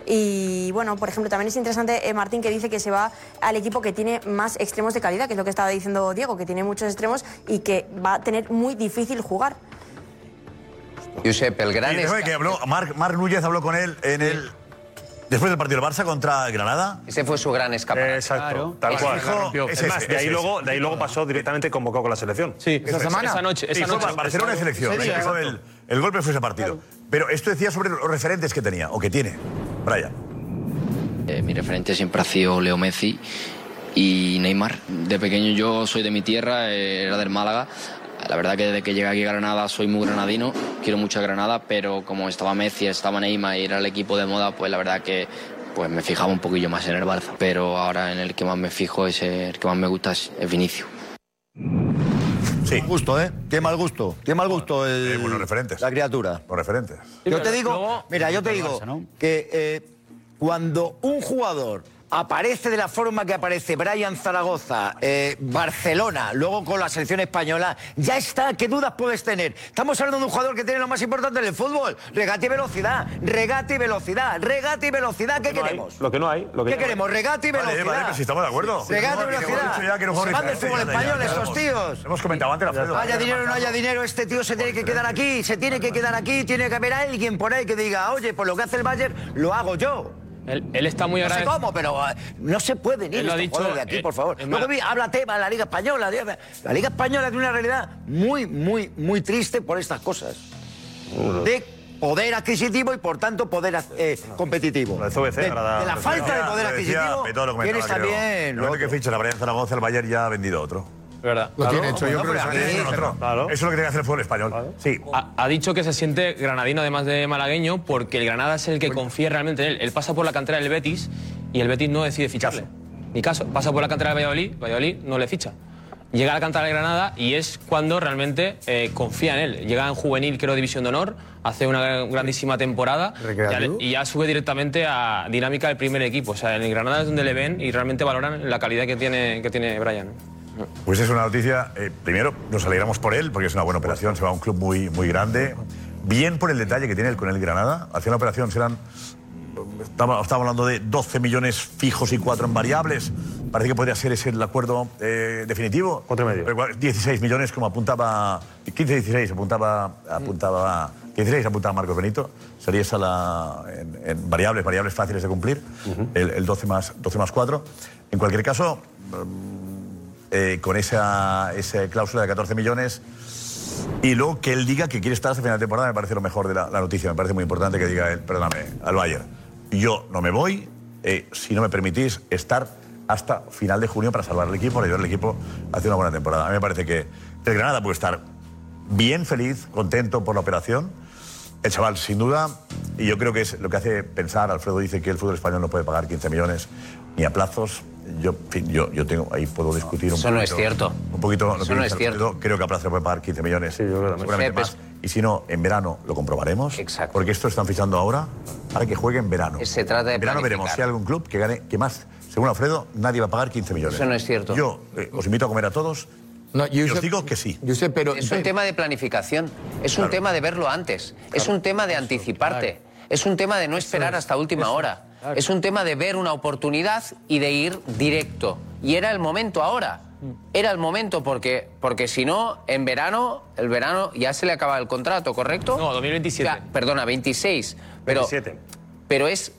Speaker 5: Y bueno, por ejemplo, también es interesante eh, Martín que dice que se va al equipo que tiene más extremos de calidad, que es lo que estaba diciendo Diego, que tiene muchos extremos y que va a tener muy difícil jugar.
Speaker 12: Josep, el gran
Speaker 2: Y Eh, déjame
Speaker 12: esca-
Speaker 2: que habló, Marc Marc Núñez habló con él en el. Después del partido del Barça contra Granada. Eh,
Speaker 12: Ese fue su gran escaparate.
Speaker 9: Exacto, tal cual.
Speaker 2: Ese hijo-
Speaker 9: es
Speaker 2: ese,
Speaker 9: más, de ahí,
Speaker 2: ese,
Speaker 9: luego, de ahí luego pasó directamente convocado con la selección. Sí,
Speaker 2: Eso es. Sí, fue Bar- Barcelona es selección.
Speaker 9: Sí,
Speaker 2: ¿eh? Fue el, el golpe fue ese partido. Pero esto decía sobre los referentes que tenía, o que tiene, Brian.
Speaker 15: Eh, mi referente siempre ha sido Leo Messi y Neymar. De pequeño yo soy de mi tierra, eh, era del Málaga. La verdad que desde que llegué aquí a Granada soy muy granadino, quiero mucho a Granada, pero como estaba Messi, estaba Neymar y era el equipo de moda, pues la verdad que pues me fijaba un poquillo más en el Barça. Pero ahora en el que más me fijo, es el que más me gusta es es Vinicius.
Speaker 2: Sí.
Speaker 13: gusto, ¿eh? Tiene mal gusto. Tiene mal gusto el,
Speaker 2: Eh, los referentes.
Speaker 13: la criatura.
Speaker 2: Los referentes.
Speaker 13: Yo te digo, mira, yo te
Speaker 11: del
Speaker 13: digo
Speaker 11: Barça, ¿no?
Speaker 13: que eh, cuando un jugador aparece de la forma que aparece Brian Zaragoza, eh, Barcelona, luego con la selección española, ya está, ¿qué dudas puedes tener? Estamos hablando de un jugador que tiene lo más importante en el fútbol, regate y velocidad, regate y velocidad, regate y velocidad, ¿qué queremos?
Speaker 9: Lo que no hay. Lo que
Speaker 13: ¿Qué queremos? Regate y
Speaker 2: Vale,
Speaker 13: velocidad.
Speaker 2: vale, pero si estamos de acuerdo.
Speaker 13: Regate y
Speaker 2: Hemos dicho
Speaker 13: velocidad.
Speaker 2: ya que era un
Speaker 13: Se
Speaker 2: jugador
Speaker 13: van del
Speaker 2: diferente,
Speaker 13: fútbol
Speaker 2: ya, ya,
Speaker 13: español
Speaker 2: ya,
Speaker 13: estos
Speaker 2: ya, ya.
Speaker 13: tíos.
Speaker 2: Hemos comentado antes, Alfredo.
Speaker 13: Haya dinero, no haya dinero, este tío se tiene que quedar aquí, se tiene que quedar aquí, tiene que haber alguien por ahí que diga, oye, por lo que hace el Bayern, lo hago yo.
Speaker 8: Él, él está muy
Speaker 13: no sé
Speaker 8: agradecido.
Speaker 13: cómo, pero eh, no se pueden ir
Speaker 8: Él lo ha
Speaker 13: estos
Speaker 8: dicho,
Speaker 13: jugadores de aquí,
Speaker 8: eh,
Speaker 13: por favor.
Speaker 8: es
Speaker 13: Luego
Speaker 8: más-
Speaker 13: vi- habla tema de la Liga Española. de- La Liga Española tiene una realidad muy, muy, muy triste por estas cosas. De poder adquisitivo y, por tanto, poder eh, competitivo.
Speaker 9: CVC
Speaker 13: de,
Speaker 9: agrada-
Speaker 13: de la falta de
Speaker 2: Decía-
Speaker 13: poder
Speaker 2: decía
Speaker 13: adquisitivo,
Speaker 2: Petón, lo comentaba,
Speaker 13: tienes
Speaker 2: creo.
Speaker 13: también...
Speaker 2: El momento que ficha la Brian Zaragoza, el Bayern ya ha vendido otro.
Speaker 8: verdad.
Speaker 10: Lo tiene hecho, yo
Speaker 2: No,
Speaker 13: pues
Speaker 2: pero
Speaker 10: creo que
Speaker 2: aquí-
Speaker 10: sí, pero-
Speaker 2: Eso es lo que tiene que hacer el fútbol español. Sí.
Speaker 8: Ha, ha dicho que se siente granadino además de malagueño porque el Granada es el que confía realmente en él. Él pasa por la cantera del Betis y el Betis no decide ficharle. Ni caso. Pasa por la cantera del Valladolid, Valladolid no le ficha. Llega a la cantera del Granada y es cuando realmente eh, confía en él. Llega en juvenil, creo, División de Honor, hace una grandísima temporada ya le-
Speaker 14: Recreativo.
Speaker 8: y ya sube directamente a dinámica del primer equipo. O sea, en el Granada es donde le ven y realmente valoran la calidad que tiene, que tiene Brian.
Speaker 2: Pues es una noticia, eh, primero nos alegramos por él, porque es una buena operación, se va a un club muy, muy grande. Bien por el detalle que tiene él con el Granada. Hacía una operación, serán. Estaba, estaba hablando de 12 millones fijos y 4 en variables. Parece que podría ser ese el acuerdo eh, definitivo. Cuatro medio. 16 millones, como apuntaba. 15, 16, apuntaba. apuntaba 16 apuntaba Marcos Benito. Sería esa la. En, en variables, variables fáciles de cumplir. el, el 12, más, 12 más 4. En cualquier caso, eh, con esa, esa cláusula de 14 millones. Y luego que él diga que quiere estar hasta final de temporada me parece lo mejor de la, la noticia. Me parece muy importante que diga él, perdóname, al Bayern. Yo no me voy eh, si no me permitís estar hasta final de junio para salvar el equipo, para ayudar al equipo a hacer una buena temporada. A mí me parece que el Granada puede estar bien feliz, contento por la operación. El chaval, sin duda, y yo creo que es lo que hace pensar, Alfredo dice que el fútbol español no puede pagar 15 millones ni a plazos. Yo, en fin, yo, yo tengo, ahí puedo discutir un
Speaker 12: eso
Speaker 2: poquito.
Speaker 12: no es cierto.
Speaker 2: Un poquito. lo
Speaker 12: Eso
Speaker 2: que
Speaker 12: no
Speaker 2: dice
Speaker 12: es
Speaker 2: Alfredo, Creo que a plazos se puede pagar 15 millones. seguramente
Speaker 12: Josep,
Speaker 2: más. Y si no, en verano lo comprobaremos. Exacto. Porque esto están fichando ahora para que juegue en verano.
Speaker 12: Se trata de
Speaker 2: en verano veremos
Speaker 12: planificar.
Speaker 2: si hay algún club que gane, que más, según Alfredo, nadie va a pagar 15 millones.
Speaker 12: Eso no es cierto.
Speaker 2: Yo eh, os invito a comer a todos. y os digo que sí.
Speaker 12: es un tema de planificación, es un tema de verlo antes, es un tema de anticiparte, es un tema de no esperar hasta última hora, es un tema de ver una oportunidad y de ir directo. Y era el momento ahora, era el momento porque, porque si no, en verano, el verano ya se le acaba el contrato, ¿correcto? No,
Speaker 8: 2027.
Speaker 12: perdona, 26. Pero, pero es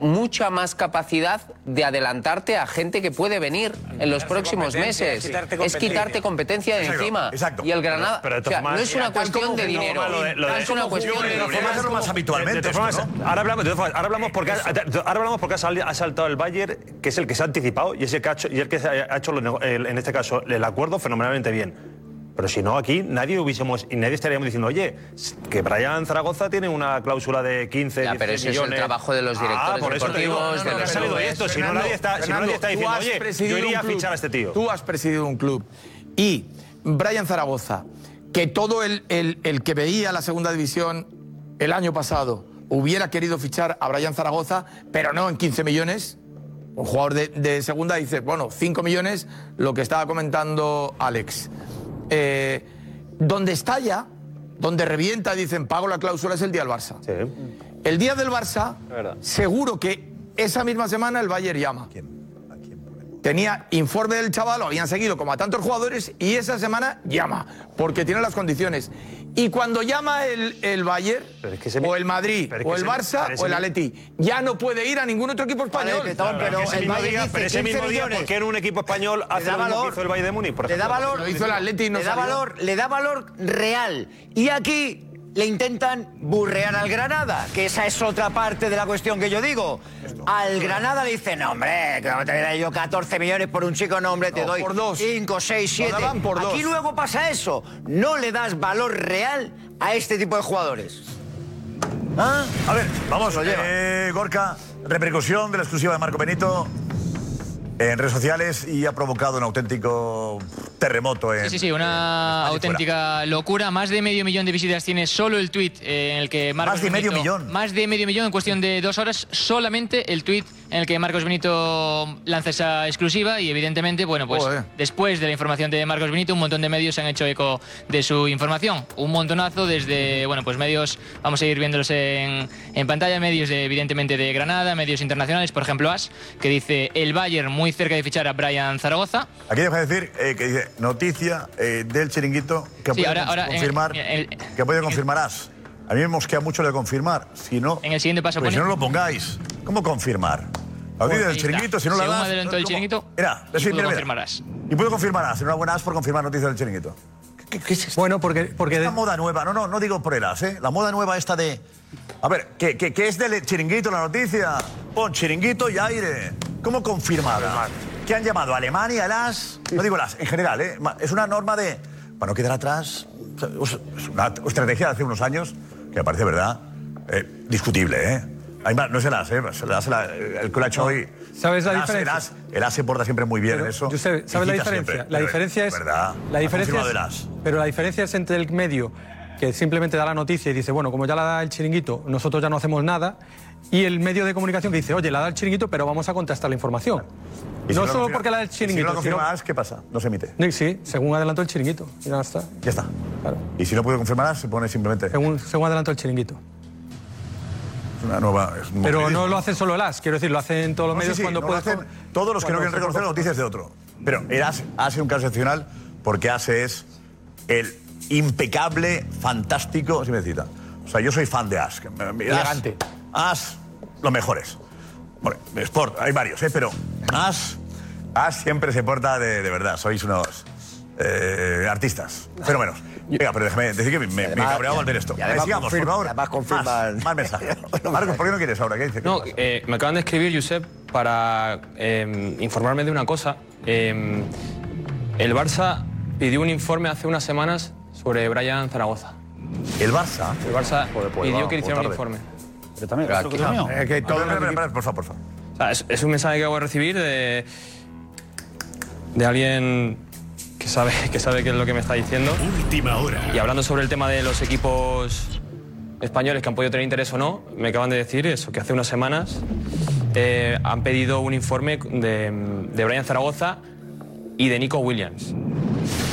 Speaker 12: mucha más capacidad de adelantarte a gente que puede venir en los próximos
Speaker 8: competencia,
Speaker 12: meses.
Speaker 8: es quitarte
Speaker 12: es
Speaker 8: competencia.
Speaker 12: quitarte competencia de
Speaker 8: Exacto,
Speaker 12: encima.
Speaker 8: exacto.
Speaker 12: Y el Granada.
Speaker 9: Pero de
Speaker 12: o sea,
Speaker 9: todas
Speaker 12: no
Speaker 9: formas-
Speaker 12: es una
Speaker 9: Tal
Speaker 12: cuestión
Speaker 9: como
Speaker 12: de
Speaker 9: que no,
Speaker 12: dinero.
Speaker 9: lo de- lo
Speaker 12: no
Speaker 9: de-
Speaker 12: es una
Speaker 9: como
Speaker 12: cuestión
Speaker 9: que
Speaker 12: de
Speaker 9: no,
Speaker 12: dinero.
Speaker 9: formas hacerlo más
Speaker 2: habitualmente
Speaker 9: De todas
Speaker 2: esto,
Speaker 9: formas, Ahora hablamos, de todas formas, ahora hablamos porque ha- ha- ahora hablamos porque ha sali- ha saltado el Bayern, que es el que se ha anticipado y es el que ha hecho, y el que se ha hecho los nego- el- en este caso el acuerdo fenomenalmente bien. Pero si no, aquí nadie hubiésemos y nadie estaríamos diciendo, oye, que Brian Zaragoza tiene una cláusula de 15,
Speaker 12: Ya, pero
Speaker 9: 16
Speaker 12: ese es el
Speaker 9: millones.
Speaker 12: trabajo de los directores
Speaker 9: ah, por eso te digo,
Speaker 12: deportivos,
Speaker 9: no, no,
Speaker 12: de
Speaker 9: que ha
Speaker 12: los
Speaker 9: salido
Speaker 12: clubes.
Speaker 9: esto, si no
Speaker 12: Fernando,
Speaker 9: nadie está, si no nadie está diciendo,
Speaker 10: tú has
Speaker 9: oye,
Speaker 10: presidido
Speaker 9: yo
Speaker 10: un
Speaker 9: iría a
Speaker 10: club,
Speaker 9: fichar a este tío.
Speaker 10: Tú has presidido un club. Y Brian Zaragoza, que todo el, el- el que veía la segunda división el año pasado hubiera querido fichar a Brian Zaragoza, pero no en 15 millones. Un jugador de, de segunda dice, bueno, 5 millones, lo que estaba comentando Alex. Eh, donde estalla, donde revienta, dicen, pago la cláusula, es el día del Barça. El día del Barça, seguro que esa misma semana el Bayern llama. Tenía informe del chaval, lo habían seguido como a tantos jugadores y esa semana llama, porque tiene las condiciones. Y cuando llama el, el Bayern, o el Madrid,
Speaker 9: pero es que
Speaker 10: o el
Speaker 9: ese-
Speaker 10: Barça,
Speaker 9: pero ese
Speaker 10: o el
Speaker 9: mi-
Speaker 10: Atleti, ya no puede ir a ningún otro equipo español.
Speaker 9: Claro, que ese mismo día- pero ese mismo día, ¿por qué en un equipo español hace lo mismo que hizo el Bayern de Múnich? por
Speaker 13: le da
Speaker 9: ejemplo?
Speaker 13: valor,
Speaker 9: Lo hizo el Atleti y no
Speaker 13: le da
Speaker 9: salió.
Speaker 13: valor, le da valor real. Y aquí le intentan burrear al Granada, que esa es otra parte de la cuestión que yo digo. Al Granada le dicen, "No, hombre, que no te doy yo 14 millones por un chico, no, hombre, te
Speaker 10: No,
Speaker 13: doy
Speaker 10: por dos.
Speaker 13: 5, 6,
Speaker 10: Lo
Speaker 13: 7.
Speaker 10: daban por dos.
Speaker 13: Aquí luego pasa eso, no le das valor real a este tipo de jugadores. ¿Ah?
Speaker 2: A ver, vamos, eh, Gorka, repercusión de la exclusiva de Marco Benito en redes sociales y ha provocado un auténtico terremoto en...
Speaker 16: Sí, sí, sí, una auténtica locura. Más de medio millón de visitas tiene solo el tweet en el que Marcos
Speaker 2: Más de medio
Speaker 16: Benito-
Speaker 2: millón.
Speaker 16: Más de medio millón en cuestión de dos horas. Solamente el tweet en el que Marcos Benito lanza esa exclusiva y evidentemente, bueno, pues
Speaker 10: Joder.
Speaker 16: después de la información de Marcos Benito, un montón de medios se han hecho eco de su información. Un montonazo desde, bueno, pues medios, vamos a ir viéndolos en, en pantalla, medios de, evidentemente de Granada, medios internacionales, por ejemplo AS, que dice el Bayern muy cerca de fichar a Brian Zaragoza.
Speaker 2: Aquí deja de decir eh, que dice noticia eh, del chiringuito que
Speaker 16: Sí,
Speaker 2: puede
Speaker 16: ahora- ahora,
Speaker 2: confirmar,
Speaker 16: eh, mira,
Speaker 2: que puede confirmarás. A mí me mosquea mucho lo de confirmar. Si no, en el siguiente paso
Speaker 16: pone- Pues
Speaker 2: si no lo pongáis, ¿cómo confirmar? La noticia del chiringuito, si no la
Speaker 16: Según
Speaker 2: das.
Speaker 16: adelantó el
Speaker 2: ¿cómo?
Speaker 16: chiringuito,
Speaker 2: Mira,
Speaker 16: y
Speaker 2: sí,
Speaker 16: pudo
Speaker 2: mira, mira.
Speaker 16: confirmarás.
Speaker 2: Y puedo confirmarás. Enhorabuena, As, por confirmar noticias del chiringuito. ¿Qué, qué es esto?
Speaker 6: Bueno, porque... porque
Speaker 2: Esta moda nueva, no, no, no digo por el as, ¿eh? La moda nueva esta de. A ver, que, que- que es del chiringuito la noticia. Pon chiringuito y aire. ¿Cómo confirmada? que han llamado a Alemania las. No digo las, en general, ¿eh? Ma- Es una norma de. Para no quedar atrás. O sea, Es una estrategia de hace unos años que me parece, ¿verdad? Eh, discutible, ¿eh? Hay más- no es el as, ¿eh? El, as, la- el que lo ha hecho hoy.
Speaker 6: ¿Sabes la
Speaker 2: el as- el
Speaker 6: diferencia?
Speaker 2: as- el as se porta siempre muy bien
Speaker 6: Pero,
Speaker 2: en eso.
Speaker 6: Josep, ¿sabes la
Speaker 2: Visita
Speaker 6: diferencia?
Speaker 2: siempre,
Speaker 6: la
Speaker 2: pero,
Speaker 6: diferencia es.
Speaker 2: ¿Verdad?
Speaker 6: La
Speaker 2: Ha
Speaker 6: diferencia
Speaker 2: confirmado
Speaker 6: es-
Speaker 2: el as.
Speaker 6: Pero la diferencia es entre el medio, que simplemente da la noticia y dice, bueno, como ya la da el chiringuito, nosotros ya no hacemos nada, y el medio de comunicación que dice, oye, la da el chiringuito, pero vamos a contestar la información.
Speaker 2: Y si
Speaker 6: no
Speaker 2: lo
Speaker 6: solo
Speaker 2: confirma-
Speaker 6: porque la da el
Speaker 2: y si no lo
Speaker 6: chiringuito.
Speaker 2: confirma as, ¿qué pasa? No se emite.
Speaker 6: Sí, Sí, según adelantó el chiringuito. Y ya está.
Speaker 2: Ya está. Y si no puede confirmar as, se pone simplemente.
Speaker 6: Según, según adelantó el chiringuito.
Speaker 2: Es una nueva. es un
Speaker 6: Pero
Speaker 2: periodismo.
Speaker 6: no lo hacen solo el AS, quiero decir, lo hacen todos los
Speaker 2: No, sí,
Speaker 6: medios
Speaker 2: sí,
Speaker 6: cuando
Speaker 2: no lo
Speaker 6: pueden.
Speaker 2: hacen todos los que no quieren reconocer las noticias de otro. Pero el ASE, ASE es un caso excepcional porque ASE es el impecable, fantástico, si me cita. O sea, yo soy fan de AS.
Speaker 10: Elegante.
Speaker 2: AS, los mejores. Bueno, Sport, hay varios, ¿eh? pero AS, AS siempre se porta de, de verdad. Sois unos eh, artistas, fenómenos. Venga, pero déjame decir que me, me
Speaker 13: además-
Speaker 2: cabreaba al ver esto. Eh,
Speaker 13: y además
Speaker 2: Sigamos,
Speaker 13: confirma-
Speaker 2: por favor.
Speaker 13: además confirma
Speaker 2: Más, más mensajes. Marcos, ¿por qué no quieres ahora? ¿Qué dice?
Speaker 8: No, eh, me acaban de escribir, Josep, para eh, informarme de una cosa. Eh, el Barça pidió un informe hace unas semanas sobre Brian Zaragoza.
Speaker 2: ¿El Barça?
Speaker 8: El Barça
Speaker 2: pues,
Speaker 8: pidió
Speaker 2: va,
Speaker 8: que le hicieran un
Speaker 2: por tarde.
Speaker 8: informe.
Speaker 11: Pero también,
Speaker 2: Pero aquí- Eh, que todo- Espera, espera, espera, por favor, por favor.
Speaker 8: O sea, es, es un mensaje que acabo de recibir de, de alguien que sabe, (laughs) que sabe qué es lo que me está diciendo. Última hora. Y hablando sobre el tema de los equipos españoles que han podido tener interés o no, me acaban de decir eso, que hace unas semanas eh, han pedido un informe de, de Brian Zaragoza y de Nico Williams.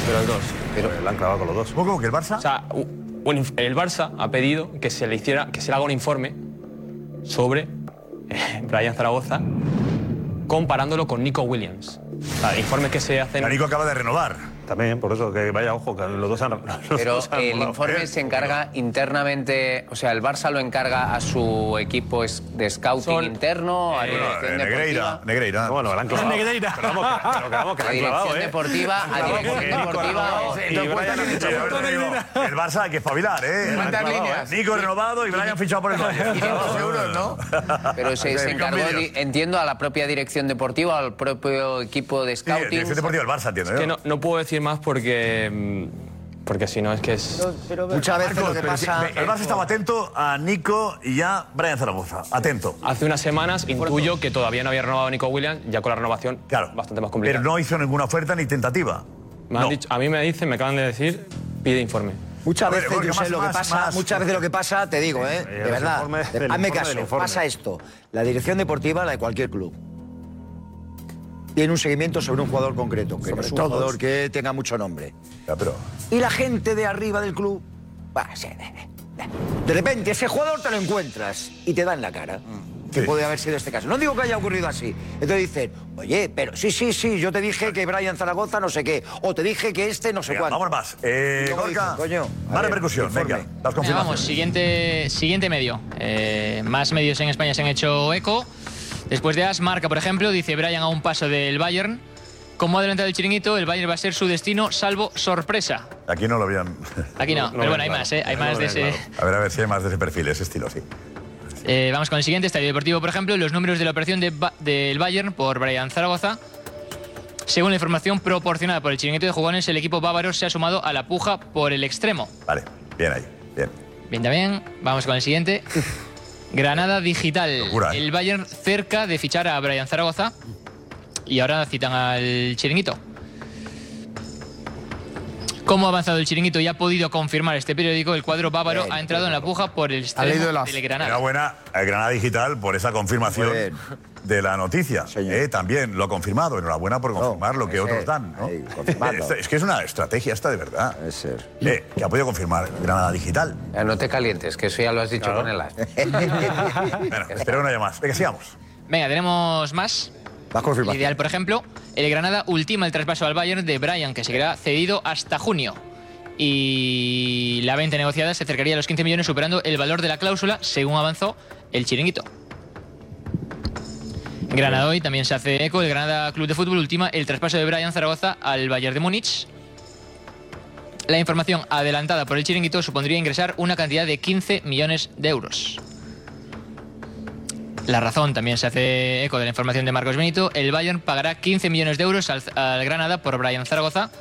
Speaker 8: Pero los dos.
Speaker 9: Pero, han clavado con los dos.
Speaker 2: ¿Cómo que el Barça?
Speaker 8: O sea, u- un inf- el Barça ha pedido que se le hiciera, que se le haga un informe sobre eh, Brian Zaragoza comparándolo con Nico Williams. O sea, informes que se hacen.
Speaker 2: Nico acaba de renovar.
Speaker 9: También, por eso, que vaya ojo, que los dos han. los
Speaker 12: Pero
Speaker 9: dos han
Speaker 12: el
Speaker 9: molado.
Speaker 12: informe se encarga internamente, o sea, el Barça lo encarga a su equipo es- de scouting interno, a dirección
Speaker 2: Negreira,
Speaker 12: deportiva.
Speaker 2: Negreira.
Speaker 9: No, bueno, la han clavado.
Speaker 12: Negreira.
Speaker 9: Pero vamos, que- pero que vamos, que la
Speaker 12: A
Speaker 9: han
Speaker 12: dirección
Speaker 9: clavado, ¿eh? (laughs)
Speaker 12: deportiva, a dirección deportiva.
Speaker 2: El Barça hay que espabilar, ¿eh?
Speaker 12: ¿Cuántas líneas?
Speaker 2: Nico renovado y Brian fichado por el Bayern. (laughs)
Speaker 12: Pero se,
Speaker 2: Ok,
Speaker 12: se
Speaker 2: Nico
Speaker 12: encargó,
Speaker 2: Williams.
Speaker 12: di- entiendo, a la propia dirección deportiva, al propio equipo de scouting.
Speaker 8: dirección deportiva
Speaker 2: del Barça, entiendo.
Speaker 8: Es que no, no puedo decir más porque. mm, Porque si no es que es.
Speaker 13: Muchas veces
Speaker 2: Marcos,
Speaker 13: lo que
Speaker 2: pero
Speaker 13: pasa.
Speaker 2: si- El Barça estaba atento a Nico y ya Brian Zaragoza. Atento.
Speaker 8: Hace unas semanas intuyo que todavía no había renovado Nico Williams, ya con la renovación bastante más complicada.
Speaker 2: Pero no hizo ninguna oferta ni tentativa.
Speaker 8: Me han dicho- a mí me dicen, me acaban de decir, pide informe.
Speaker 13: Muchas veces, Josep, lo que pasa, muchas veces lo que pasa, te digo, ¿eh?
Speaker 8: Sí,
Speaker 13: de
Speaker 8: los
Speaker 13: verdad,
Speaker 8: informes del
Speaker 13: hazme
Speaker 8: informe del
Speaker 13: caso,
Speaker 8: informe.
Speaker 13: pasa esto. La dirección deportiva, la de cualquier club, tiene un seguimiento sobre un jugador concreto, que no es un
Speaker 2: todos.
Speaker 13: jugador que tenga mucho nombre.
Speaker 2: Ya, pero
Speaker 13: Y la gente de arriba del club, va, se- de repente ese jugador te lo encuentras y te da en la cara. Que puede haber sido este caso. No digo que haya ocurrido así. Entonces dicen, oye, pero sí, sí, sí, yo te dije que Brian Zaragoza no sé qué, o te dije que este no sé
Speaker 2: Venga,
Speaker 13: cuánto.
Speaker 2: vamos más. Eh,
Speaker 13: Y luego
Speaker 2: Gorka,
Speaker 13: dicen, coño, a
Speaker 2: más
Speaker 13: ver,
Speaker 2: repercusión.
Speaker 13: informe.
Speaker 2: Venga, las
Speaker 16: Venga,
Speaker 2: confirmaciones.
Speaker 16: vamos, siguiente, siguiente medio. Eh, más medios en España se han hecho eco. Después de AS, Marca, por ejemplo, dice Brian a un paso del Bayern. Como ha adelantado el chiringuito, el Bayern va a ser su destino, salvo sorpresa.
Speaker 2: Aquí no lo habían.
Speaker 16: Aquí no, pero bueno, hay más, ¿eh? Hay más de ese-
Speaker 2: A ver, a ver si hay más de ese perfil, ese estilo, sí.
Speaker 16: Eh, vamos con el siguiente, Estadio Deportivo, por ejemplo, los números de la operación de Ba- del Bayern por Brian Zaragoza. Según la información proporcionada por el chiringuito de jugones, el equipo bávaro se ha sumado a la puja por el extremo.
Speaker 2: Vale, bien ahí, bien.
Speaker 16: Bien, también. Vamos con
Speaker 2: (laughs)
Speaker 16: el siguiente. Granada Digital.
Speaker 2: Locura, ¿eh?
Speaker 16: El Bayern cerca de fichar a Brian Zaragoza. Y ahora citan al chiringuito. Como ha avanzado el chiringuito y ha podido confirmar este periódico, el cuadro bávaro ha entrado en la puja por el extremo del Granada.
Speaker 2: Enhorabuena a Granada Digital por esa confirmación de la noticia. Eh, también lo ha confirmado. Enhorabuena por confirmar lo que
Speaker 13: ese,
Speaker 2: otros dan. ¿no?
Speaker 13: confirmarlo.
Speaker 2: (laughs) Es, es que es una estrategia esta de verdad. Eh, que ha podido confirmar Granada Digital.
Speaker 12: Ya, no te calientes, que eso ya lo has dicho con el as.
Speaker 2: bueno, espero que no haya más. Venga, sigamos.
Speaker 16: Venga, tenemos más.
Speaker 13: Más confirmación.
Speaker 16: Ideal, por ejemplo, el Granada ultima el traspaso al Bayern de Brian, que se queda cedido hasta junio. Y la venta negociada se acercaría a los 15 millones, superando el valor de la cláusula, según avanzó el chiringuito. Granada hoy también se hace eco. El Granada Club de Fútbol ultima el traspaso de Brian Zaragoza al Bayern de Múnich. La información adelantada por el chiringuito supondría ingresar una cantidad de 15 millones de euros. La razón también se hace eco de la información de Marcos Benito. El Bayern pagará 15 millones de euros al, al Granada por Brian Zaragoza.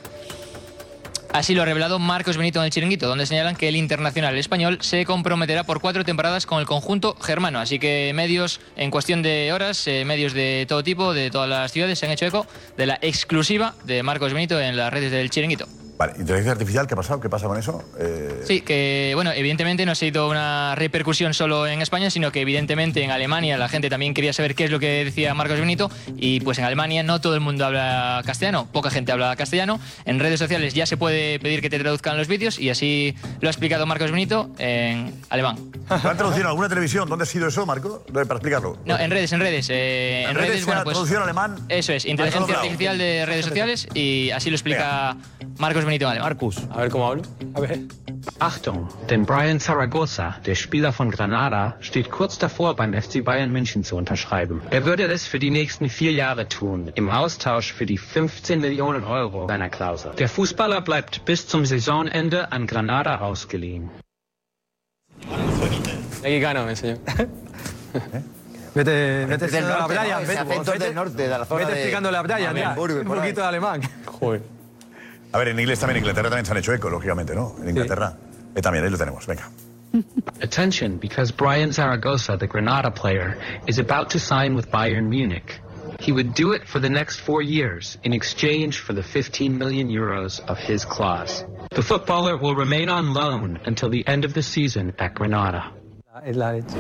Speaker 16: Así lo ha revelado Marcos Benito en el Chiringuito, donde señalan que el internacional español se comprometerá por cuatro temporadas con el conjunto germano. Así que medios, en cuestión de horas, eh, medios de todo tipo, de todas las ciudades, se han hecho eco de la exclusiva de Marcos Benito en las redes del Chiringuito.
Speaker 2: Vale, inteligencia artificial, ¿qué ha pasado? ¿Qué pasa con eso? Eh,
Speaker 16: Sí, que bueno, evidentemente no ha sido una repercusión solo en España, sino que evidentemente en Alemania la gente también quería saber qué es lo que decía Marcos Benito y pues en Alemania no todo el mundo habla castellano, poca gente habla castellano. En redes sociales ya se puede pedir que te traduzcan los vídeos y así lo ha explicado Marcos Benito en alemán.
Speaker 2: ¿Lo han traducido en alguna televisión? ¿Dónde ha sido eso, Marco? Eh, Para explicarlo.
Speaker 16: No, en redes, en redes. eh, en,
Speaker 2: En redes,
Speaker 16: redes, bueno,
Speaker 2: era
Speaker 16: pues.
Speaker 2: traducción alemán.
Speaker 16: Eso es,
Speaker 2: Marcelo
Speaker 16: inteligencia
Speaker 2: Bravo.
Speaker 16: artificial de redes sociales y así lo explica Marcos Benito en alemán.
Speaker 14: Marcus. A ver cómo hablo. A ver. Achtung, denn Brian Zaragoza, der Spieler von Granada, steht kurz davor, beim FC Bayern München zu unterschreiben. Er würde das für die nächsten vier Jahre tun, im Austausch für die 15 Millionen Euro seiner Klausel. Der Fußballer bleibt bis zum Saisonende an Granada ausgeliehen.
Speaker 8: Mexicano, me enseñó.
Speaker 6: Vete, vete
Speaker 13: del
Speaker 6: enseñando a
Speaker 13: norte,
Speaker 6: Brian,
Speaker 13: ¿no? Ese
Speaker 6: vete,
Speaker 13: acento
Speaker 6: vete-
Speaker 13: del norte, de la zona
Speaker 6: vete
Speaker 13: de-
Speaker 6: explicándole a Brian, ya,
Speaker 13: Hamburgo,
Speaker 6: un
Speaker 13: por ahí.
Speaker 6: poquito
Speaker 13: (laughs)
Speaker 6: de alemán.
Speaker 2: A ver, en inglés también, en Inglaterra también se han hecho eco, lógicamente, ¿no? En Inglaterra. Eh, también, ahí lo tenemos, venga.
Speaker 14: Attention, because Brian Zaragoza, the Granada player, is about to sign with Bayern Munich. He would do it for the next four years in exchange for the 15 million euros of his clause. The footballer will remain on loan until the end of the season at Granada.
Speaker 6: Es la leche.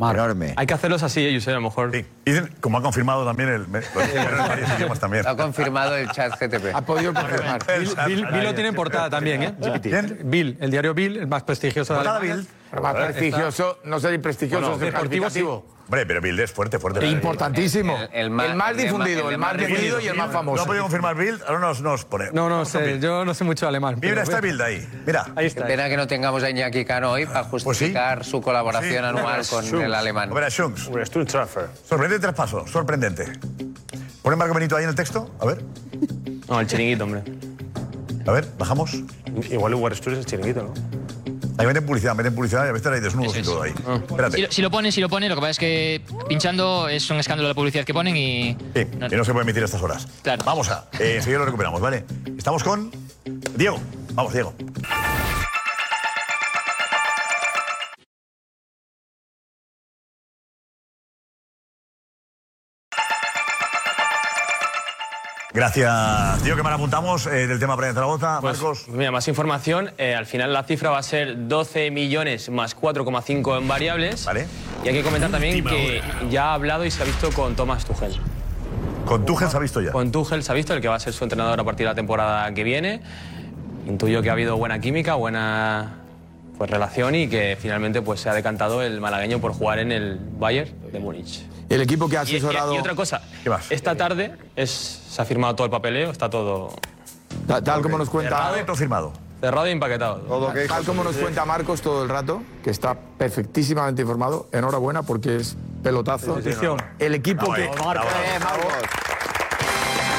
Speaker 13: Enorme.
Speaker 8: Hay que hacerlos así, ellos, eh, a lo mejor.
Speaker 2: Dicen, como ha confirmado también el. me- Lo dijeron en varios idiomas también.
Speaker 12: Lo ha confirmado el chat GTP.
Speaker 6: Ha
Speaker 2: (laughs)
Speaker 6: podido confirmar. Bill, Bill- Bill lo tiene en portada también, ¿eh? ¿Quién? Bill, el diario Bill, el más prestigioso de
Speaker 2: Portada
Speaker 6: Alemania.
Speaker 2: Bill.
Speaker 10: Pero más prestigioso, no sé, prestigioso,
Speaker 2: Bueno,
Speaker 10: es deportivo, sí.
Speaker 2: Hombre, pero Bill es fuerte, fuerte.
Speaker 10: E importantísimo. El- el más- El más el de más- difundido, el el de más más difundido difundido. y el más famoso.
Speaker 2: No ha podido confirmar Bill, ahora nos, nos pone.
Speaker 6: No, no sé, yo no sé mucho alemán.
Speaker 2: Mira,
Speaker 6: pero-
Speaker 2: está Bill ahí. Mira. Pues
Speaker 6: Ahí está.
Speaker 12: Pena que no tengamos a Iñaki Cano hoy para justificar su colaboración anual con el alemán.
Speaker 2: Hombre, Schunks. Sorprendente traspaso, sorprendente. Pone Marco Benito ahí en el texto, a ver.
Speaker 8: No, el chiringuito, hombre.
Speaker 2: A ver, bajamos. Igual Uber Studios es chiringuito, ¿no? Ahí meten publicidad, meten publicidad y a veces hay desnudos y todo ahí. Espérate.
Speaker 16: Si lo, si lo ponen, si lo ponen, lo que pasa es que pinchando es un escándalo la publicidad que ponen y
Speaker 2: Sí, y no se puede emitir a estas horas. Vamos a, eh, enseguida lo recuperamos, ¿vale? Estamos con Diego. Vamos, Diego. Gracias, Diego, que mal apuntamos eh, del tema Brian Zaragoza.
Speaker 8: Pues,
Speaker 2: Marcos,
Speaker 8: Mira, más información. eh, al final la cifra va a ser 12 millones más 4,5 en variables. Vale. Y hay que comentar también que ya ha hablado y se ha visto con Thomas Tuchel.
Speaker 2: ¿con Tuchel se ha visto ya?
Speaker 8: Con Tuchel se ha visto, el que va a ser su entrenador a partir de la temporada que viene. Intuyo que ha habido buena química, buena pues, relación y que finalmente pues, se ha decantado el malagueño por jugar en el Bayern de Múnich.
Speaker 10: El equipo que ha
Speaker 8: Y- y-
Speaker 10: asesorado.
Speaker 8: Y, otra cosa,
Speaker 2: Eh,
Speaker 8: esta tarde es- se ha firmado todo el papeleo, está todo.
Speaker 10: Tal, como nos cuenta.
Speaker 2: Cerrado, firmado.
Speaker 8: Cerrado y empaquetado.
Speaker 10: Tal como nos cuenta Marcos todo el rato, que está perfectísimamente informado, enhorabuena porque es pelotazo.
Speaker 6: Sí, sí, sí, enhorabuena.
Speaker 10: el equipo
Speaker 6: Bravo,
Speaker 10: que,
Speaker 6: eh, bravo.
Speaker 10: Eh, Marcos.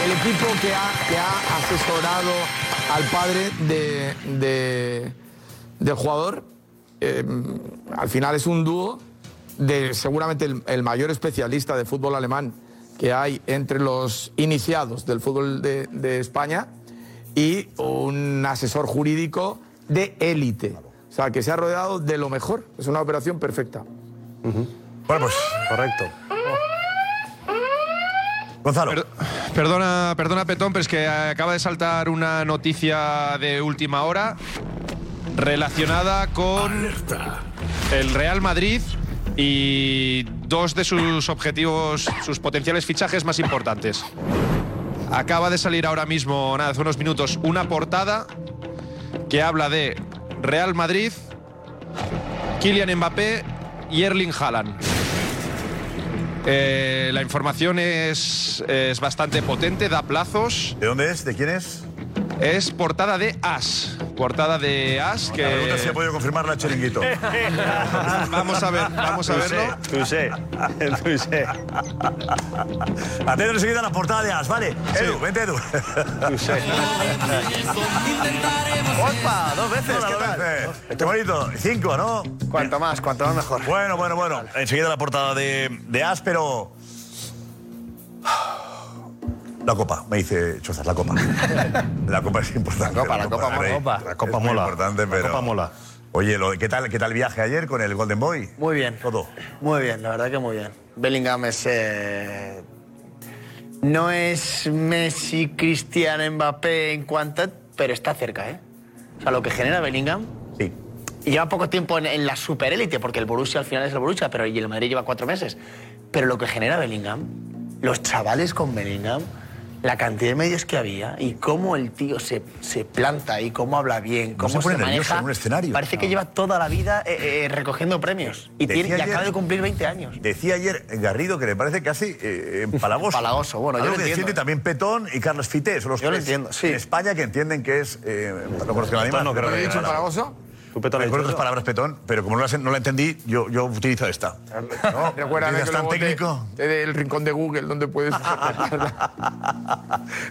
Speaker 10: el equipo que ha, que ha asesorado al padre de, de- del jugador, eh, al final es un dúo de seguramente el, el mayor especialista de fútbol alemán que hay entre los iniciados del fútbol de- de España y un asesor jurídico de élite. O sea, que se ha rodeado de lo mejor. Es una operación perfecta.
Speaker 2: Bueno, pues. Correcto. Gonzalo.
Speaker 17: Perdona, perdona, Petón, pero es que acaba de saltar una noticia de última hora relacionada con el Real Madrid y dos de sus objetivos, sus potenciales fichajes más importantes. Acaba de salir ahora mismo, nada, hace unos minutos, una portada que habla de Real Madrid, Kylian Mbappé y Erling Haaland. Eh, la información es, es bastante potente, da plazos.
Speaker 2: ¿De dónde es? ¿De quién es?
Speaker 17: Es portada de As, portada de Ash que...
Speaker 2: La pregunta es si ha podido confirmar
Speaker 9: (laughs)
Speaker 2: la chiringuito.
Speaker 17: vamos a ver, vamos a verlo.
Speaker 9: Tú sé, tú sé.
Speaker 2: Atento enseguida a la portada de As, ¿vale? Edu, vente Edu. (laughs)
Speaker 13: ¡Opa! Dos veces, ¿qué tal?
Speaker 2: Este bonito, cinco, ¿no? Cuanto más, cuanto más mejor. Bueno, bueno, bueno. Enseguida la portada de, de As, pero. La copa, me dice Chozas, la copa. La copa es importante. La
Speaker 9: copa, la copa mola.
Speaker 2: La copa es muy
Speaker 9: mola.
Speaker 2: importante, pero.
Speaker 9: copa mola.
Speaker 2: Oye, lo de- ¿qué tal, ¿qué tal el viaje ayer con el Golden Boy?
Speaker 18: Muy bien.
Speaker 2: Todo.
Speaker 18: Muy bien, la verdad que muy bien. Bellingham es. eh, no es Messi, Cristiano, Mbappé en cuanto. a- Pero está cerca, ¿eh? O sea, lo que genera Bellingham.
Speaker 2: Sí.
Speaker 18: Y lleva poco tiempo en, en la superélite, porque el Borussia al final es el Borussia, pero y el Madrid lleva cuatro meses. Pero lo que genera Bellingham, los chavales con Bellingham, la cantidad de medios que había y cómo el tío se, se planta y cómo habla bien,
Speaker 2: No
Speaker 18: cómo
Speaker 2: se pone nervioso
Speaker 18: maneja.
Speaker 2: en un escenario.
Speaker 18: Parece que
Speaker 2: No.
Speaker 18: lleva toda la vida eh, eh, recogiendo premios y, tiene, y acaba de cumplir 20 años.
Speaker 2: Decía ayer Garrido que le parece casi eh, empalagoso.
Speaker 18: Empalagoso, bueno, yo
Speaker 2: Algo
Speaker 18: lo
Speaker 2: que
Speaker 18: entiendo.
Speaker 2: defiende también Petón y Carlos Fité. Son los
Speaker 18: Yo lo
Speaker 2: tres
Speaker 18: entiendo,
Speaker 2: En España que entienden que es. Eh, no conozco a nadie más.
Speaker 9: Petón no creo ¿Lo he que dicho haya ganado. empalagoso?
Speaker 2: ¿Tú Petón Recuerdo tus palabras, Petón, pero como no las- no la, entendí, yo, yo utilizo esta. ¿No?
Speaker 10: Recuérdame
Speaker 2: ¿Utilizas
Speaker 10: que
Speaker 2: tan
Speaker 10: luego te-
Speaker 2: técnico?
Speaker 10: te dé el rincón de Google
Speaker 2: (laughs)
Speaker 10: donde puedes...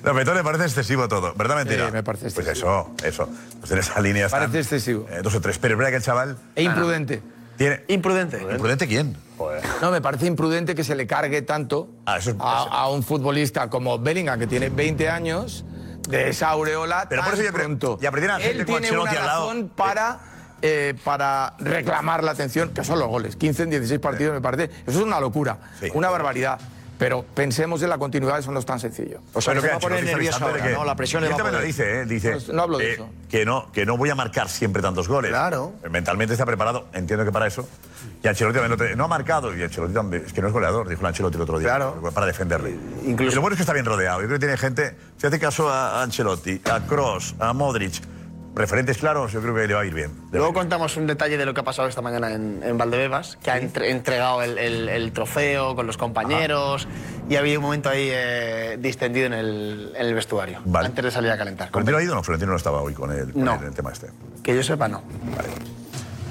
Speaker 2: No, Petón le parece excesivo todo, ¿verdad,
Speaker 18: Eh,
Speaker 2: mentira? Sí, me parece excesivo. Pues eso, eso. Pues en esa línea está. Parece
Speaker 10: excesivo.
Speaker 2: eh, dos o tres, pero es verdad que el chaval.
Speaker 10: E imprudente.
Speaker 2: Tiene...
Speaker 18: Imprudente.
Speaker 2: ¿Imprudente quién?
Speaker 10: No, me parece imprudente que se le cargue tanto
Speaker 2: Ah,
Speaker 10: a, a un futbolista como Bellingham, que tiene 20 años, de esa aureola
Speaker 2: Pero por
Speaker 10: tan
Speaker 2: eso yo creo-
Speaker 10: pronto.
Speaker 2: ya, pero tiene a gente
Speaker 10: Él
Speaker 2: como
Speaker 10: tiene una
Speaker 2: Ancelotti al lado.
Speaker 10: razón para, eh, para reclamar la atención, que son los goles. 15 en 16 partidos, me parece. Eso es una locura, una barbaridad. Pero pensemos en la continuidad, eso no es tan sencillo.
Speaker 2: Pero que Ancelotti está avisando de que- Y él también lo dice, ¿eh? Dice,
Speaker 10: No hablo de
Speaker 2: eh,
Speaker 10: eso.
Speaker 2: Que no, que no voy a marcar siempre tantos goles. Claro. Mentalmente está preparado, entiendo que para eso. Y Ancelotti también lo te- no ha marcado. Y Ancelotti también, es que no es goleador, dijo el Ancelotti el otro día. Claro. Para defenderle. Y lo bueno es que está bien rodeado. Yo creo que tiene gente. Si hace caso a Ancelotti, a Cross, a Modric, referentes claros, yo creo que le va a ir bien.
Speaker 18: Luego contamos un detalle de lo que ha pasado esta mañana en, en Valdebebas, que ha entre- entregado el, el- el trofeo con los compañeros y ha habido un momento ahí eh, distendido en el, en el vestuario, antes de salir a calentar.
Speaker 2: ¿Florentino ha ido o no? Florentino no estaba hoy con el, con
Speaker 18: No.
Speaker 2: el tema este.
Speaker 18: Que yo sepa, no.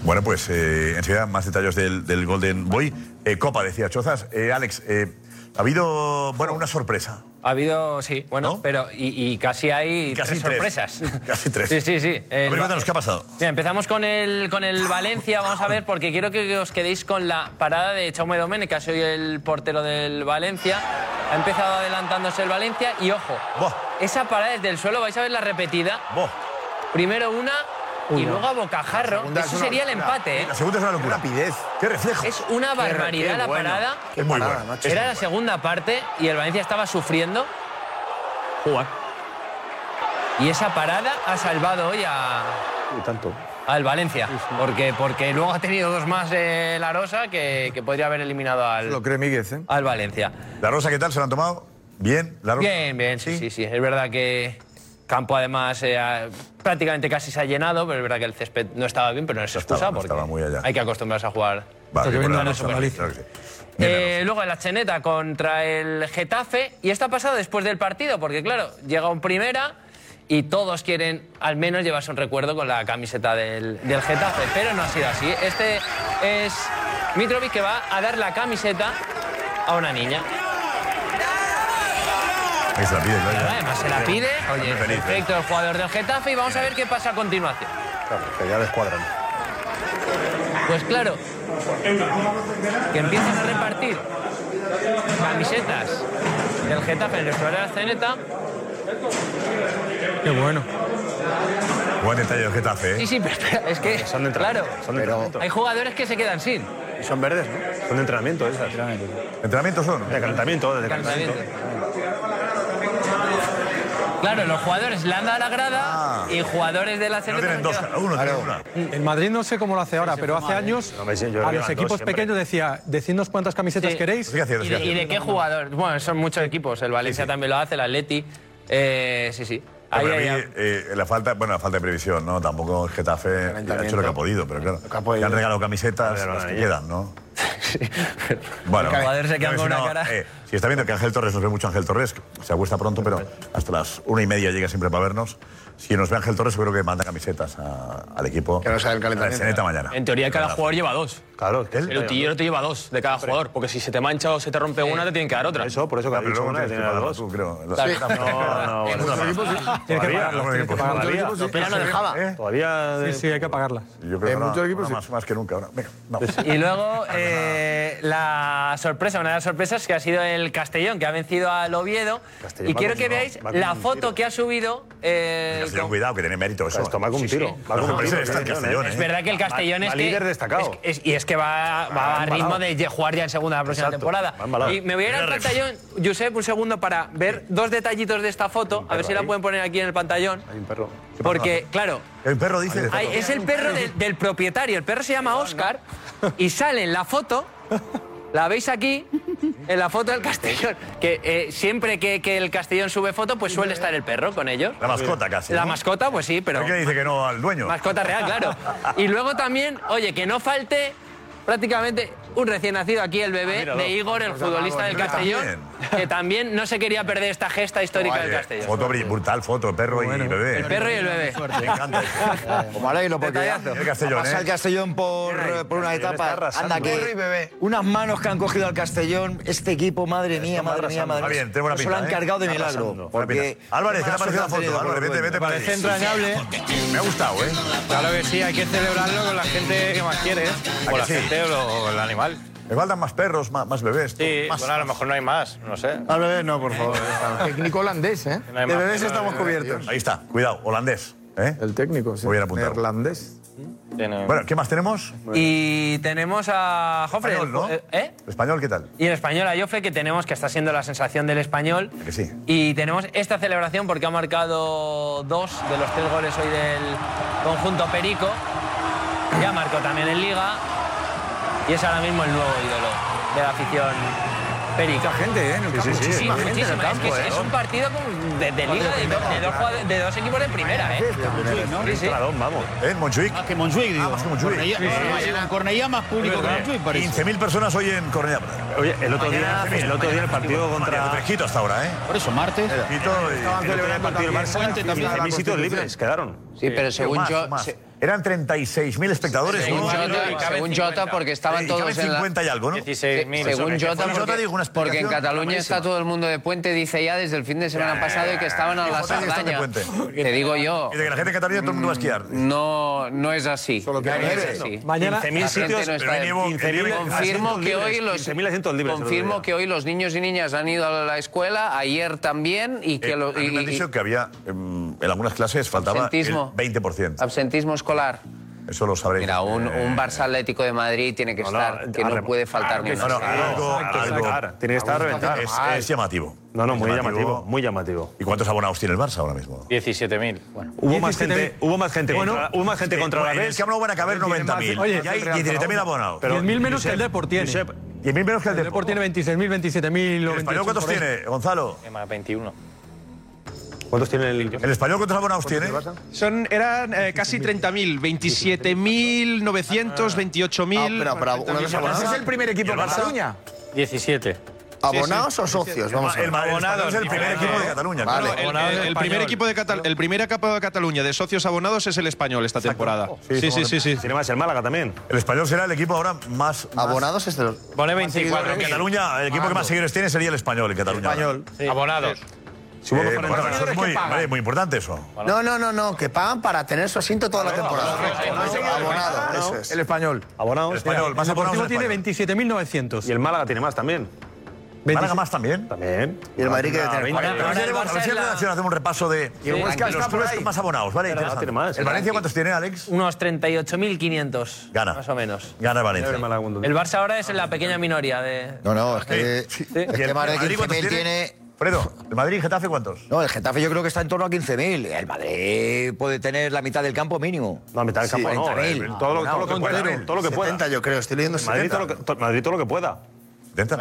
Speaker 2: Bueno, pues eh, enseguida más detalles del, del Golden Boy. Eh, Copa, decía Chozas. Eh, Alex, eh, ha habido, bueno, una sorpresa.
Speaker 19: Ha habido, sí, bueno, pero y, y casi hay
Speaker 2: Casi
Speaker 19: tres
Speaker 2: tres.
Speaker 19: sorpresas.
Speaker 2: (laughs) Casi tres.
Speaker 19: Sí, sí, sí.
Speaker 2: a
Speaker 19: El-
Speaker 2: ver, cuéntanos, ¿qué ha pasado?
Speaker 19: Bien, empezamos con el, con el Valencia, vamos a ver, porque quiero que os quedéis con la parada de Chaume Domene, que ha sido el portero del Valencia. Ha empezado adelantándose el Valencia y ojo, esa parada desde el suelo, vais a ver la repetida. Primero una y
Speaker 2: Una.
Speaker 19: luego a bocajarro.
Speaker 2: segunda
Speaker 19: Eso
Speaker 2: es una
Speaker 19: sería el
Speaker 2: locura.
Speaker 19: empate, ¿eh?
Speaker 2: La segunda es una locura. rapidez. Qué reflejo.
Speaker 19: Es una
Speaker 2: Qué
Speaker 19: barbaridad
Speaker 2: re-
Speaker 19: la
Speaker 2: qué bueno.
Speaker 19: parada.
Speaker 2: Es muy buena.
Speaker 19: Era la segunda parte y el Valencia estaba sufriendo. Jugar. Y esa parada ha salvado hoy a,
Speaker 9: tanto.
Speaker 19: al Valencia. Porque, porque luego ha tenido dos más eh, la Rosa que, que podría haber eliminado al,
Speaker 10: Lo cree Míguez, ¿eh?
Speaker 19: al Valencia.
Speaker 2: ¿La Rosa qué tal? ¿Se la han tomado? ¿Bien? ¿La Rosa?
Speaker 19: Bien, bien, sí, sí, sí. Es verdad que campo además eh, ha- prácticamente casi se ha llenado, pero es verdad que el césped no estaba bien, pero no es excusa porque hay que acostumbrarse a jugar.
Speaker 2: Vale,
Speaker 19: Está
Speaker 2: bueno,
Speaker 19: lloviendo
Speaker 2: la
Speaker 19: la
Speaker 2: Rosa,
Speaker 19: superficie.
Speaker 2: claro que sí.
Speaker 19: Eh, luego en la cheneta contra el Getafe. Y esto ha pasado después del partido, porque claro, llega un primera y todos quieren al menos llevarse un recuerdo con la camiseta del, del Getafe. Pero no ha sido así. Este es Mitrovic que va a dar la camiseta a una niña.
Speaker 2: Ahí se la pide, claro. ya.
Speaker 19: Además, se la pide.
Speaker 2: Está
Speaker 19: Oye,
Speaker 2: muy feliz, ¿eh?
Speaker 19: perfecto, el jugador del Getafe. Y vamos a ver qué pasa a continuación.
Speaker 2: Claro, que ya descuadran.
Speaker 19: Pues claro, que empiezan a repartir camisetas del Getafe en el vestuario de la Ceneta.
Speaker 6: Qué bueno.
Speaker 2: Buen detalle del Getafe, ¿eh?
Speaker 19: Sí, sí, pero espera, es que, claro, hay jugadores que se quedan sin.
Speaker 9: Son verdes, ¿no? Son de entrenamiento esas.
Speaker 2: ¿Entrenamientos son?
Speaker 9: De calentamiento, de calentamiento.
Speaker 19: Claro, los jugadores le han dado a la grada
Speaker 2: Ah.
Speaker 19: y jugadores de la Ceneta... No tienen dos,
Speaker 2: uno
Speaker 6: El Madrid no sé cómo lo hace ahora,
Speaker 19: Sí,
Speaker 6: pero
Speaker 19: se fue
Speaker 6: hace
Speaker 19: mal, ¿eh?
Speaker 6: años
Speaker 19: No, sí, yo creo
Speaker 6: a
Speaker 19: que
Speaker 6: los
Speaker 19: eran dos
Speaker 6: equipos
Speaker 19: siempre.
Speaker 6: pequeños decía, decidnos cuántas camisetas
Speaker 19: Sí.
Speaker 6: queréis.
Speaker 2: Pues
Speaker 19: ¿Y, de, y de qué jugador? Bueno, son muchos equipos. El Valencia también lo hace, el Atleti. Eh, sí, sí. Ahí,
Speaker 2: Pero para
Speaker 19: ahí,
Speaker 2: mí, eh, la falta, bueno, la falta de previsión, ¿no? Tampoco el Getafe ha hecho lo que ha podido, pero claro.
Speaker 9: podido.
Speaker 2: Le han regalado camisetas,
Speaker 9: Pero
Speaker 2: las que
Speaker 9: ahí.
Speaker 2: quedan, ¿no? Bueno,
Speaker 19: Mercader se queda
Speaker 2: no,
Speaker 19: con
Speaker 2: si
Speaker 19: una
Speaker 2: no,
Speaker 19: cara.
Speaker 2: eh, si está viendo que Ángel Torres nos ve mucho Ángel Torres, que se acuesta pronto, pero hasta las una y media llega siempre para vernos. Si nos ve Ángel Torres, seguro que manda camisetas a- al equipo. Que no sea el
Speaker 8: calentamiento.
Speaker 2: mañana.
Speaker 8: En teoría, cada jugador lleva dos.
Speaker 9: Claro,
Speaker 8: El utillero te lleva dos de cada jugador, porque si se te mancha o se te rompe una, te tienen que dar otra.
Speaker 9: Eso, por eso que ha dicho que tiene dos.
Speaker 2: Tú, creo.
Speaker 8: Claro.
Speaker 9: No, no,
Speaker 8: Los
Speaker 9: bueno.
Speaker 8: equipos sí.
Speaker 6: Tienes que
Speaker 9: Todavía,
Speaker 6: pagarlas,
Speaker 9: los
Speaker 6: tienes que
Speaker 9: equipos,
Speaker 6: pagarlas.
Speaker 9: todavía.
Speaker 6: Los equipos sí.
Speaker 9: Pero no dejaba. Todavía,
Speaker 6: Sí,
Speaker 9: eh,
Speaker 6: sí, hay que pagarlas.
Speaker 2: Yo creo
Speaker 6: En
Speaker 2: que
Speaker 6: muchos
Speaker 2: ahora-
Speaker 6: equipos
Speaker 2: ahora más, más que nunca. ahora. Venga, vamos.
Speaker 19: Pues,
Speaker 2: (laughs)
Speaker 19: Y
Speaker 2: Ah,
Speaker 19: luego eh, la sorpresa, una de las sorpresas que ha sido el Castellón, que ha vencido al Oviedo.
Speaker 2: Castellón
Speaker 19: y
Speaker 2: va
Speaker 19: quiero
Speaker 2: con-
Speaker 19: que
Speaker 2: va-
Speaker 19: veáis
Speaker 2: va con
Speaker 19: la
Speaker 2: un
Speaker 19: foto que ha subido. eh,
Speaker 2: Castellón,
Speaker 19: con-
Speaker 2: cuidado, que tiene mérito eso.
Speaker 9: Esto va con un
Speaker 2: Sí, sí.
Speaker 9: tiro, va
Speaker 2: No,
Speaker 9: con un
Speaker 2: pero ese
Speaker 9: tiro,
Speaker 2: está el
Speaker 9: Castellón,
Speaker 2: Castellón,
Speaker 9: ¿eh?
Speaker 19: Es verdad que el
Speaker 9: Va-
Speaker 19: Castellón
Speaker 9: va
Speaker 19: es que.
Speaker 9: líder destacado.
Speaker 19: es- es- y es que va, va
Speaker 9: Va
Speaker 19: a ritmo
Speaker 9: embalado.
Speaker 19: de ye- jugar ya en segunda la próxima
Speaker 9: Exacto,
Speaker 19: temporada.
Speaker 9: va embalado.
Speaker 19: Y me voy a ir al
Speaker 9: Mira,
Speaker 19: pantallón, Josep, un segundo para ver dos detallitos de esta foto. A ver si la pueden poner aquí en el pantallón.
Speaker 9: Hay un perro.
Speaker 19: Porque, claro.
Speaker 2: El perro dice.
Speaker 19: Ay, es el perro del, del propietario. El perro se llama Oscar y sale en la foto. La veis aquí, en la foto del Castellón. Que eh, siempre que, que el Castellón sube foto, pues suele estar el perro con ellos.
Speaker 2: La mascota casi,
Speaker 19: La
Speaker 2: ¿no?
Speaker 19: mascota, pues sí, pero.
Speaker 2: ¿Por qué dice que no al dueño?
Speaker 19: Mascota real, claro. Y luego también, oye, que no falte prácticamente un recién nacido aquí, el bebé
Speaker 2: míralo.
Speaker 19: de Igor, el
Speaker 2: Pues llamado
Speaker 19: futbolista del
Speaker 2: Igor
Speaker 19: Castellón, que también no se quería perder esta gesta histórica
Speaker 2: Oye,
Speaker 19: del
Speaker 2: (laughs)
Speaker 19: Castellón.
Speaker 2: Foto bri- brutal, foto, perro y bebé.
Speaker 19: El perro y el bebé.
Speaker 2: Me encanta.
Speaker 13: Como Areilo, porque
Speaker 2: Detallazo. El Castellón,
Speaker 13: pasa
Speaker 2: ¿eh?
Speaker 13: el Castellón por, eh, por una
Speaker 2: Castellón está
Speaker 13: etapa.
Speaker 2: arrasando.
Speaker 13: Anda
Speaker 2: Perro y
Speaker 13: que unas manos que han cogido al Castellón, este equipo, madre mía, madre mía, madre
Speaker 2: Va
Speaker 13: mía.
Speaker 2: bien, tengo buena
Speaker 13: No se
Speaker 2: pinta.
Speaker 13: lo han
Speaker 2: ¿eh?
Speaker 13: cargado de
Speaker 2: Está arrasando,
Speaker 13: milagro.
Speaker 2: buena
Speaker 13: Porque
Speaker 2: pinta. Álvarez, ¿qué te ha parecido la foto? Álvarez, vete, vete. para
Speaker 20: Parece
Speaker 2: allí.
Speaker 20: entrañable.
Speaker 2: Me ha gustado, ¿eh?
Speaker 20: Claro que sí, hay que celebrarlo con la gente que más quieres.
Speaker 2: ¿A
Speaker 20: Con
Speaker 2: que
Speaker 20: la
Speaker 2: sí?
Speaker 20: gente o, lo- o el animal.
Speaker 2: Me faltan más perros, más, más bebés.
Speaker 21: Eh,
Speaker 20: Sí,
Speaker 2: más-
Speaker 20: bueno, a lo mejor no hay más, no sé.
Speaker 2: Al bebé no, por favor.
Speaker 10: Técnico holandés, ¿eh?
Speaker 20: (laughs) No hay más. De bebés estamos
Speaker 2: cubiertos. Ahí está, cuidado, holandés. ¿eh?
Speaker 10: El técnico, sí.
Speaker 2: Muy bien apuntado.
Speaker 10: Neerlandés.
Speaker 2: Bueno, ¿qué más tenemos?
Speaker 19: Y tenemos a Jofre.
Speaker 2: Español, ¿no?
Speaker 19: eh, ¿eh?
Speaker 2: ¿Español qué tal?
Speaker 19: Y el español a Jofre, que tenemos, que está siendo la sensación del español.
Speaker 2: Que sí.
Speaker 19: Y tenemos esta celebración porque ha marcado dos de los tres goles hoy del conjunto Perico. Ya marcó también en Liga. Y es ahora mismo el nuevo ídolo de la afición Perica.
Speaker 20: gente, ¿eh? En el campo, muchísima gente en el
Speaker 19: muchísima.
Speaker 20: campo,
Speaker 19: es que es-
Speaker 20: ¿eh?
Speaker 19: es un partido como de, de liga de, dos- de dos, jugadores- de dos equipos de primera, ¿eh? Sí, sí.
Speaker 2: vamos. ¿Eh? Montjuic. Más
Speaker 11: Ah, que Montjuic,
Speaker 2: digo. más que Montjuic.
Speaker 11: Cornellá,
Speaker 2: Sí, sí, sí.
Speaker 11: Cornellá- Cornellá más público que Montjuic, parece.
Speaker 2: 15.000 personas hoy en Cornellá.
Speaker 9: Oye, el otro día, el otro día el partido
Speaker 2: Mañana,
Speaker 9: contra.
Speaker 2: Fresquito hasta ahora, ¿eh?
Speaker 11: Por eso, martes.
Speaker 2: Fresquito y-
Speaker 9: El otro día el partido del Barça, 15.000 sitios libres quedaron.
Speaker 12: Sí, pero según
Speaker 2: más,
Speaker 12: yo-
Speaker 2: más.
Speaker 12: se-
Speaker 2: Eran 36.000 espectadores.
Speaker 12: Según
Speaker 2: ¿no?
Speaker 12: Jota, según Jota, porque estaban
Speaker 2: Y
Speaker 12: todos
Speaker 2: caben
Speaker 12: en la-
Speaker 2: 50 y algo, ¿no?
Speaker 12: Se- Según Jota, porque,
Speaker 2: dijo una
Speaker 12: porque en
Speaker 2: explicación
Speaker 12: Cataluña está
Speaker 2: buenísima.
Speaker 12: todo el mundo de puente, dice ya desde el fin de semana pasado y que estaban a la
Speaker 2: Jota dice que está de
Speaker 12: sardaña.
Speaker 2: puente.
Speaker 12: Te digo yo.
Speaker 2: Dice que la gente en Cataluña todo el mundo va a esquiar.
Speaker 12: No, no es así.
Speaker 2: que
Speaker 12: No
Speaker 2: hay
Speaker 12: es
Speaker 2: nieve.
Speaker 12: así.
Speaker 2: Mañana-
Speaker 12: La gente
Speaker 2: 15.000 sitios,
Speaker 12: no está
Speaker 2: pero
Speaker 12: de-
Speaker 2: mínimo 15.000
Speaker 12: Confirmo
Speaker 2: asientos
Speaker 12: que hoy
Speaker 2: libres,
Speaker 12: los
Speaker 2: 15.000 asientos libres el otro
Speaker 12: confirmo
Speaker 2: día.
Speaker 12: que hoy los niños y niñas han ido a la escuela ayer también y que
Speaker 2: Eh,
Speaker 12: lo-
Speaker 2: a mí me han
Speaker 12: y- y-
Speaker 2: dicho que había, em, en algunas clases faltaba el
Speaker 12: Absentismo.
Speaker 2: 20%.
Speaker 12: absentismo escolar.
Speaker 2: Eso lo sabréis. Eh,
Speaker 12: Mira, un, un Barça Atlético de Madrid tiene que estar, que no puede faltar ni
Speaker 2: No,
Speaker 12: una.
Speaker 2: no, algo, algo-
Speaker 9: Tiene que estar a reventar.
Speaker 2: Es, es llamativo.
Speaker 9: No, no, muy
Speaker 2: Es
Speaker 9: llamativo, muy llamativo.
Speaker 2: ¿Y cuántos abonados tiene el Barça ahora mismo?
Speaker 20: 17.000. Bueno.
Speaker 9: Hubo más gente, hubo más gente
Speaker 2: Bueno,
Speaker 9: contra, hubo más gente
Speaker 2: eh,
Speaker 9: contra la
Speaker 2: en el
Speaker 9: vez.
Speaker 2: Camp Nou van a caber 90.000.
Speaker 6: Oye,
Speaker 2: Y hay 17.000 abonados.
Speaker 6: 10.000 menos que el Depor tiene.
Speaker 2: 10.000 menos que el
Speaker 6: Depor tiene 26.000, 27.000 o
Speaker 2: ¿El español cuántos
Speaker 6: 28.000 por ahí.
Speaker 2: tiene, Gonzalo?
Speaker 20: Más 21.
Speaker 9: ¿Cuántos tiene el
Speaker 2: ¿El español cuántos abonados tiene?
Speaker 17: Son, eran eh, casi 30.000, 27.900, 28.000.
Speaker 20: Ah, pero, pero, una cosa más. ¿Ese es el primer equipo de Cataluña? 17.
Speaker 17: ¿Abonados o
Speaker 20: socios?
Speaker 17: Vamos a ver.
Speaker 2: El, Ma- el Madrid es el
Speaker 17: Abonados,
Speaker 2: primer
Speaker 17: no.
Speaker 2: equipo de Cataluña.
Speaker 17: Vale.
Speaker 2: claro.
Speaker 17: El, el- el primer equipo de Catalu- el primer equipo de Cataluña de socios abonados es el español esta
Speaker 2: Oh,
Speaker 17: temporada. Sí, sí, sí, sí.
Speaker 9: Tiene más el Málaga también.
Speaker 2: El español será el equipo ahora más.
Speaker 9: Abonados
Speaker 2: es el.
Speaker 20: Pone
Speaker 2: En
Speaker 20: 24.000.
Speaker 2: Cataluña, el equipo que más seguidores tiene sería el español en Cataluña.
Speaker 20: Español. Abonados.
Speaker 2: Sí, Eh, bueno, eso es muy, vale, muy importante eso.
Speaker 18: No, no, no, no, que pagan para tener su asiento toda la temporada. Abonado, eso es.
Speaker 10: El español.
Speaker 9: Abonados.
Speaker 2: El español, más
Speaker 6: El
Speaker 2: abonados.
Speaker 6: Deportivo
Speaker 2: del
Speaker 6: tiene 27.900.
Speaker 9: Y el Málaga tiene más también.
Speaker 2: español. Málaga más también.
Speaker 9: También.
Speaker 2: Y el Madrid que debe tener.
Speaker 9: Ahora,
Speaker 2: A ver si haremos- a ver si en la redacción hacemos un repaso de
Speaker 19: Y el
Speaker 2: de
Speaker 19: Huesca
Speaker 2: los
Speaker 19: está por
Speaker 2: clubes
Speaker 19: ahí.
Speaker 2: con más abonados. Vale,
Speaker 19: Pero no
Speaker 2: interesante.
Speaker 19: tiene más. ¿eh?
Speaker 2: ¿El Valencia cuántos tiene, Alex?
Speaker 19: Unos 38.500.
Speaker 2: Gana.
Speaker 19: Más o menos.
Speaker 2: Gana el Valencia.
Speaker 19: El Barça ahora es en la pequeña minoría de.
Speaker 13: No, no, es que, este es
Speaker 2: ¿Y
Speaker 13: que
Speaker 2: el
Speaker 13: más de
Speaker 2: Madrid cuántos
Speaker 13: 15.000
Speaker 2: tiene?
Speaker 13: tiene...
Speaker 2: Fredo, ¿el Madrid y Getafe cuántos?
Speaker 13: No, el Getafe yo creo que está en torno a 15.000. El Madrid puede tener la mitad del campo mínimo.
Speaker 9: No, mitad del campo no, eh, todo lo- todo lo que pueda, todo lo que pueda. 70,
Speaker 13: yo creo, estoy leyendo
Speaker 9: Madrid todo, lo que, to- Madrid todo lo que pueda.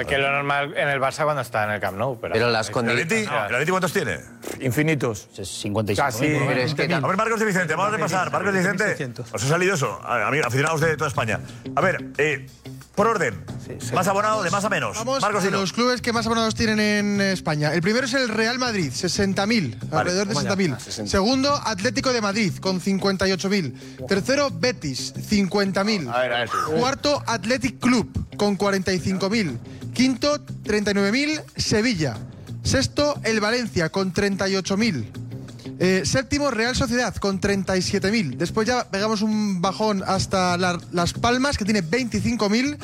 Speaker 20: Que lo normal en el Barça cuando está en el Camp Nou. Pero,
Speaker 12: Pero las
Speaker 2: ¿El Atleti?
Speaker 3: Ah,
Speaker 20: No,
Speaker 2: ¿El Atleti cuántos tiene?
Speaker 10: Infinitos.
Speaker 11: 55.
Speaker 2: Casi. A ver, Marcos de Vicente, vamos a repasar. Marcos de Vicente, os ha salido eso, a- amigos, aficionados de toda España. A ver, eh, por orden, Más abonados de más a menos.
Speaker 22: Vamos
Speaker 2: Marcos
Speaker 22: a
Speaker 2: Dino.
Speaker 22: los clubes que más abonados tienen en España. El primero es el Real Madrid, 60.000, alrededor de
Speaker 2: toma ya.
Speaker 22: 60.000.
Speaker 2: Ah, 60.
Speaker 22: Segundo, Atlético de Madrid, con 58.000. Tercero, Betis, 50.000. Cuarto, Athletic Club, con 45.000. Quinto, 39.000, Sevilla. Sexto, el Valencia, con 38.000. Eh, séptimo, Real Sociedad, con 37.000. Después ya pegamos un bajón hasta la- Las Palmas, que tiene 25.000.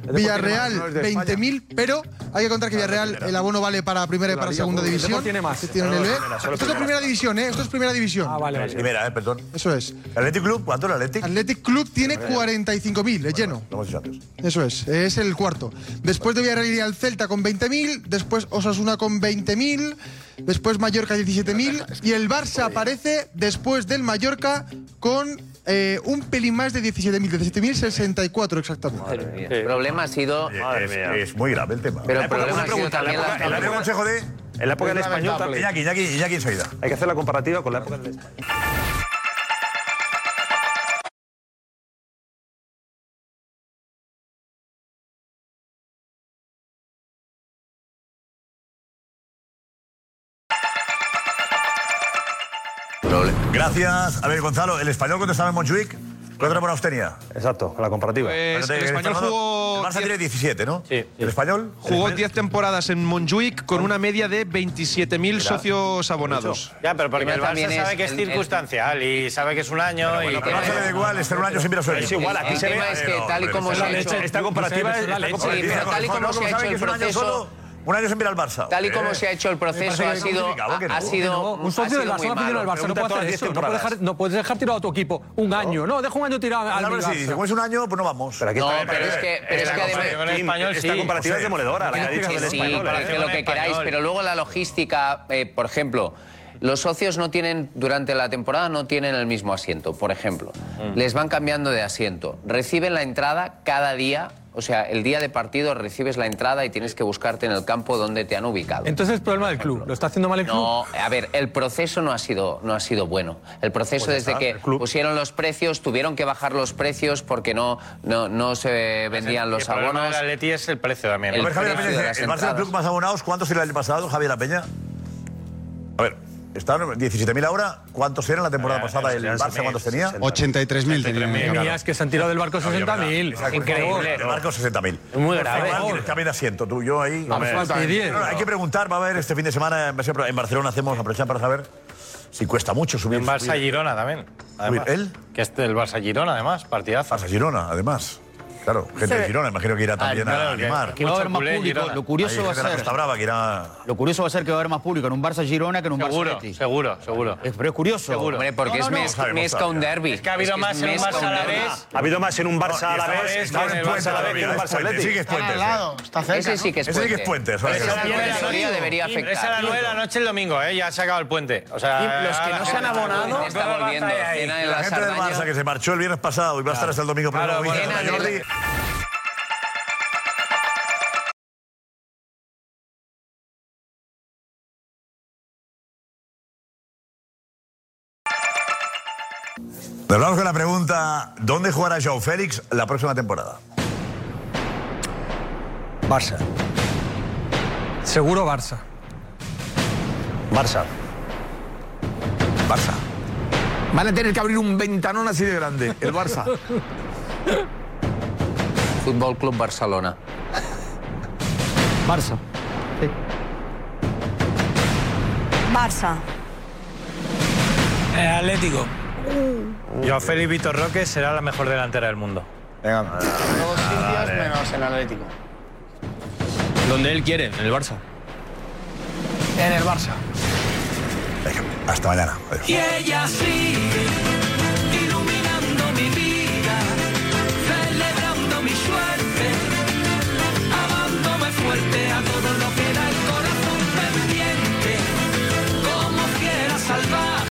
Speaker 2: deporte
Speaker 22: Villarreal,
Speaker 2: más, no es de Ah,
Speaker 22: 20.000. Pero hay que contar que Villarreal, el abono vale para primera y para segunda
Speaker 2: pública. El
Speaker 22: división.
Speaker 2: deporte
Speaker 22: Este
Speaker 2: tiene más.
Speaker 22: que tienen
Speaker 2: No,
Speaker 22: el
Speaker 2: no,
Speaker 22: B.
Speaker 2: primera,
Speaker 22: Esto
Speaker 2: solo
Speaker 22: es la
Speaker 2: primera.
Speaker 22: primera división, ¿eh? Esto es primera división. Ah,
Speaker 2: Primera, eh, perdón.
Speaker 22: Eso es.
Speaker 2: ¿Atlético Club? ¿Cuánto el Atlético?
Speaker 22: Athletic Club tiene 45.000, es lleno.
Speaker 2: Lo hemos dicho antes.
Speaker 22: Eso es, es el cuarto. Después de Villarreal iría el Celta con 20.000, después Osasuna con 20.000, después Mallorca 17.000 y el Barça aparece después del Mallorca con eh, un pelín más de 17.000, 17.064 exactamente.
Speaker 12: El problema ha sido.
Speaker 2: es, es muy grave el tema. Eh,
Speaker 12: Pero
Speaker 22: La
Speaker 12: el
Speaker 22: época-
Speaker 12: problema ha sido también la-
Speaker 2: El consejo de.
Speaker 9: En la época del español también.
Speaker 2: Iñaki, Iñaki, Iñaki enseguida.
Speaker 9: Hay que hacer la comparativa con la época del español.
Speaker 2: Gracias. A ver, Gonzalo, el español cuando estaba en Montjuic, ¿cuánto temporadas tenía?
Speaker 9: Exacto, la comparativa.
Speaker 17: Pues, el español
Speaker 2: Fernando,
Speaker 17: jugó
Speaker 2: El Barça
Speaker 17: diez-
Speaker 2: tiene 17, ¿no? Sí. ¿El español?
Speaker 17: Jugó 10 temporadas en Montjuic con una media de 27.000 socios abonados.
Speaker 21: Ya, pero porque el Barça sabe que es
Speaker 17: circunstancia.
Speaker 21: circunstancial y sabe que es un año y que-
Speaker 2: Pero no le da igual estar un año sin ver a su
Speaker 21: Es
Speaker 2: equipo.
Speaker 21: igual, aquí El se tema ve-
Speaker 2: Pero,
Speaker 21: es que tal y
Speaker 2: hombre,
Speaker 21: como
Speaker 2: es
Speaker 21: se
Speaker 2: la
Speaker 21: ha
Speaker 2: leche.
Speaker 21: hecho-
Speaker 2: Esta comparativa
Speaker 21: Sí,
Speaker 2: es la
Speaker 21: pero
Speaker 2: comparativa.
Speaker 21: tal y como
Speaker 2: Gonzalo,
Speaker 21: se ha
Speaker 2: saben
Speaker 21: hecho
Speaker 2: que
Speaker 21: el
Speaker 2: es un año
Speaker 21: proceso-
Speaker 2: solo, Un año sin ver al Barça.
Speaker 21: Tal y como
Speaker 2: Eh.
Speaker 21: se ha hecho el proceso, ha sido- ha sido-
Speaker 6: un socio
Speaker 21: ha
Speaker 6: del
Speaker 21: sido muy
Speaker 6: Barça, un aficionado del
Speaker 21: malo.
Speaker 6: Barça, no puede hacer eso. No puede, dejar, no puedes dejar tirado a tu equipo un año. No, deja un año tirado al
Speaker 2: Claro,
Speaker 6: al
Speaker 2: sí,
Speaker 6: Barça.
Speaker 2: dice, como es un año, pues no vamos. Pero
Speaker 6: aquí No, está- eh, pero es
Speaker 21: que-
Speaker 12: Eh,
Speaker 21: pero es que además-
Speaker 9: Esta comparativa es demoledora, la que ha dicho
Speaker 21: Sí,
Speaker 9: del
Speaker 21: sí,
Speaker 9: español.
Speaker 21: para
Speaker 9: ¿eh?
Speaker 21: que
Speaker 9: Con
Speaker 21: lo
Speaker 9: el
Speaker 21: que
Speaker 9: español.
Speaker 21: queráis, pero pero luego luego la
Speaker 12: logística, eh, por ejemplo, los socios no tienen, durante la temporada no tienen el mismo asiento, por ejemplo. Les van cambiando de asiento. Reciben la entrada cada día, o sea, el día de partido recibes la entrada y tienes que buscarte en el campo donde te han ubicado.
Speaker 6: Entonces es problema del club. Lo está haciendo mal el club.
Speaker 12: No, a ver, el proceso no ha sido, no ha sido bueno. El proceso
Speaker 6: Pues
Speaker 12: desde
Speaker 6: ya está,
Speaker 12: que pusieron los precios, tuvieron que bajar los precios porque no, no, no se vendían los
Speaker 21: el problema
Speaker 12: abonos.
Speaker 21: del Atleti es el precio también.
Speaker 12: El
Speaker 2: A ver, Javier Peña,
Speaker 12: precio de las
Speaker 2: el Barça del
Speaker 12: entradas.
Speaker 2: Club más abonados, ¿cuántos era el año pasado, Javier La Peña? A ver, están 17.000 ahora, ¿cuántos eran la temporada pasada el Barça? ¿Cuántos tenía?
Speaker 22: 83.000
Speaker 6: Tenías que se han tirado del barco 60.000.
Speaker 2: Exacto,
Speaker 6: Increíble.
Speaker 2: El barco 60.000.
Speaker 6: Muy grave.
Speaker 2: Por favor, Cambia de asiento, tú, yo ahí.
Speaker 6: Vamos,
Speaker 2: Hombre,
Speaker 6: falta
Speaker 2: no,
Speaker 6: diez.
Speaker 2: no, hay que preguntar, va a haber este fin de semana en Barcelona- en Barcelona, hacemos aprovechar para saber si cuesta mucho subir.
Speaker 21: En Barça
Speaker 2: subir.
Speaker 21: Girona también. Además,
Speaker 2: ¿Él?
Speaker 21: Que es del Barça Girona, además, partidazo. Ah,
Speaker 2: Barça Girona, además. Claro, gente de Girona, imagino que irá también
Speaker 21: claro,
Speaker 2: a
Speaker 21: que-
Speaker 2: animar.
Speaker 21: que va a haber más Mucho culé en público, Girona.
Speaker 11: lo curioso
Speaker 2: Hay
Speaker 11: va a
Speaker 2: gente de la
Speaker 11: ser-
Speaker 2: Costa Brava que irá
Speaker 11: Lo curioso va a ser que va a haber más público en un Barça Girona que en un
Speaker 21: Seguro,
Speaker 11: Barça Betis.
Speaker 21: seguro, seguro.
Speaker 11: Es- pero es curioso.
Speaker 21: Seguro. Hombre, porque es mes- mes con derbi. Es que ha habido más en un Barça a la vez.
Speaker 9: Ha habido más en un
Speaker 21: No,
Speaker 9: Barça
Speaker 21: y
Speaker 9: a la
Speaker 21: esta
Speaker 9: vez.
Speaker 21: vez
Speaker 9: Está
Speaker 21: con
Speaker 9: en
Speaker 21: el
Speaker 9: Barça a la
Speaker 21: Barça
Speaker 9: vez que
Speaker 21: Alavés,
Speaker 9: en un Barça Atleti.
Speaker 2: Sí que es puentes.
Speaker 21: Ese sí que es
Speaker 2: Ese sí
Speaker 21: puente.
Speaker 2: que es puentes.
Speaker 21: Esa es la teoría debería afectar. Esa a las 9 de la noche el domingo, ¿eh? ya se ha acabado el puente. O sea, Y los que no se han abonado-
Speaker 12: Está volviendo. Cena en
Speaker 2: La
Speaker 12: la
Speaker 2: gente del
Speaker 12: Sardaña.
Speaker 2: Barça que se marchó el viernes pasado y va a estar hasta el domingo
Speaker 12: Claro,
Speaker 2: primero.
Speaker 12: bueno,
Speaker 2: Jordi,
Speaker 12: Jordi.
Speaker 2: Nos vamos con la pregunta, ¿dónde jugará Joao Félix la próxima temporada?
Speaker 6: Barça. Seguro Barça.
Speaker 9: Barça.
Speaker 2: Barça.
Speaker 10: Van a tener que abrir un ventanón así de grande, el Barça.
Speaker 12: Fútbol Club Barcelona.
Speaker 11: Barça.
Speaker 5: Barça.
Speaker 21: Eh, Atlético.
Speaker 5: Mm.
Speaker 21: Yo, Félix Vitor Roque será la mejor delantera del mundo.
Speaker 13: Venga,
Speaker 21: Dos sitios
Speaker 4: menos el Atlético.
Speaker 8: Donde él quiere, en el Barça.
Speaker 4: En el Barça.
Speaker 2: Hasta mañana.
Speaker 7: Y ella sigue.